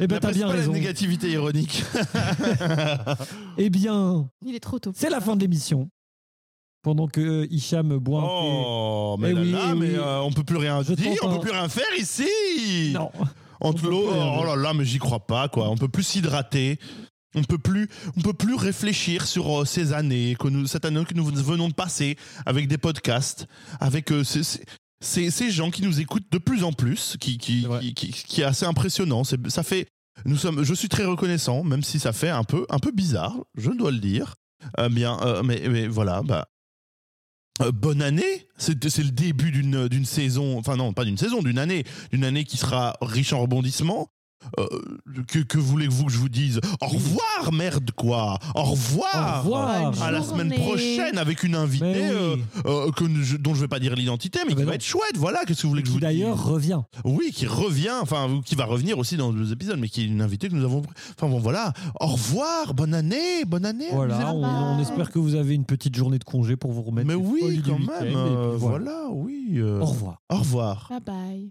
Speaker 3: Eh ben, t'as
Speaker 1: n'apprécie
Speaker 3: bien
Speaker 1: pas
Speaker 3: raison.
Speaker 1: la négativité
Speaker 3: (laughs)
Speaker 1: ironique.
Speaker 3: Eh bien,
Speaker 2: Il est trop tôt.
Speaker 3: c'est la fin de l'émission. Pendant que euh, Hicham boit. un
Speaker 1: Oh, mais
Speaker 3: Eh
Speaker 1: là,
Speaker 3: oui,
Speaker 1: là,
Speaker 3: eh
Speaker 1: mais
Speaker 3: oui.
Speaker 1: euh, on peut plus rien
Speaker 3: Je
Speaker 1: dire,
Speaker 3: t'entends.
Speaker 1: on peut plus rien faire
Speaker 3: thé-
Speaker 1: ici.
Speaker 3: Non. On
Speaker 1: Entre
Speaker 3: peut
Speaker 1: l'eau,
Speaker 3: plus rien
Speaker 1: oh,
Speaker 3: faire.
Speaker 1: là là, mais j'y crois pas, quoi. On peut plus s'hydrater. On peut plus, on peut plus réfléchir sur euh, ces années que nous, cette année que nous venons de passer avec des podcasts, avec euh, ces, ces- ces- ces gens qui nous écoutent de plus en plus, qui, qui,
Speaker 3: C'est vrai.
Speaker 1: qui, qui- qui est assez impressionnant. C'est- Ça fait, nous sommes, je suis très reconnaissant, même si ça fait un peu, un peu bizarre, je dois le dire. Euh, bien, euh, mais, mais voilà, bah. euh, bonne année, c'est c'est le début d'une d'une saison, enfin non, pas d'une saison, d'une année, d'une année qui sera riche en rebondissements. Euh, que, que voulez-vous que je vous dise Au revoir, merde quoi Au revoir
Speaker 3: Au revoir.
Speaker 1: Ah, À la
Speaker 2: Journée.
Speaker 1: semaine prochaine avec une invitée
Speaker 3: Mais oui.
Speaker 1: euh, euh, que nous- je- dont je vais pas dire l'identité, mais
Speaker 3: Ah
Speaker 1: qui
Speaker 3: ben
Speaker 1: va
Speaker 3: non.
Speaker 1: être chouette. Voilà, qu'est-ce que vous voulez que je
Speaker 3: Qui
Speaker 1: vous dise Eh,
Speaker 3: d'ailleurs revient.
Speaker 1: Oui, qui revient, enfin ou qui va revenir aussi dans deux épisodes, mais qui est une invitée que nous avons. Enfin bon, voilà. Au revoir, bonne année, bonne année.
Speaker 3: Voilà,
Speaker 1: amusez-vous
Speaker 3: on,
Speaker 1: bien.
Speaker 3: on espère que vous avez une petite journée de congé pour vous remettre.
Speaker 1: Mais
Speaker 3: du folie
Speaker 1: oui,
Speaker 3: du
Speaker 1: quand
Speaker 3: week-end,
Speaker 1: même.
Speaker 3: et puis
Speaker 1: euh,
Speaker 3: voilà.
Speaker 1: voilà. oui. euh,
Speaker 3: Au revoir.
Speaker 1: Au revoir.
Speaker 2: Bye bye.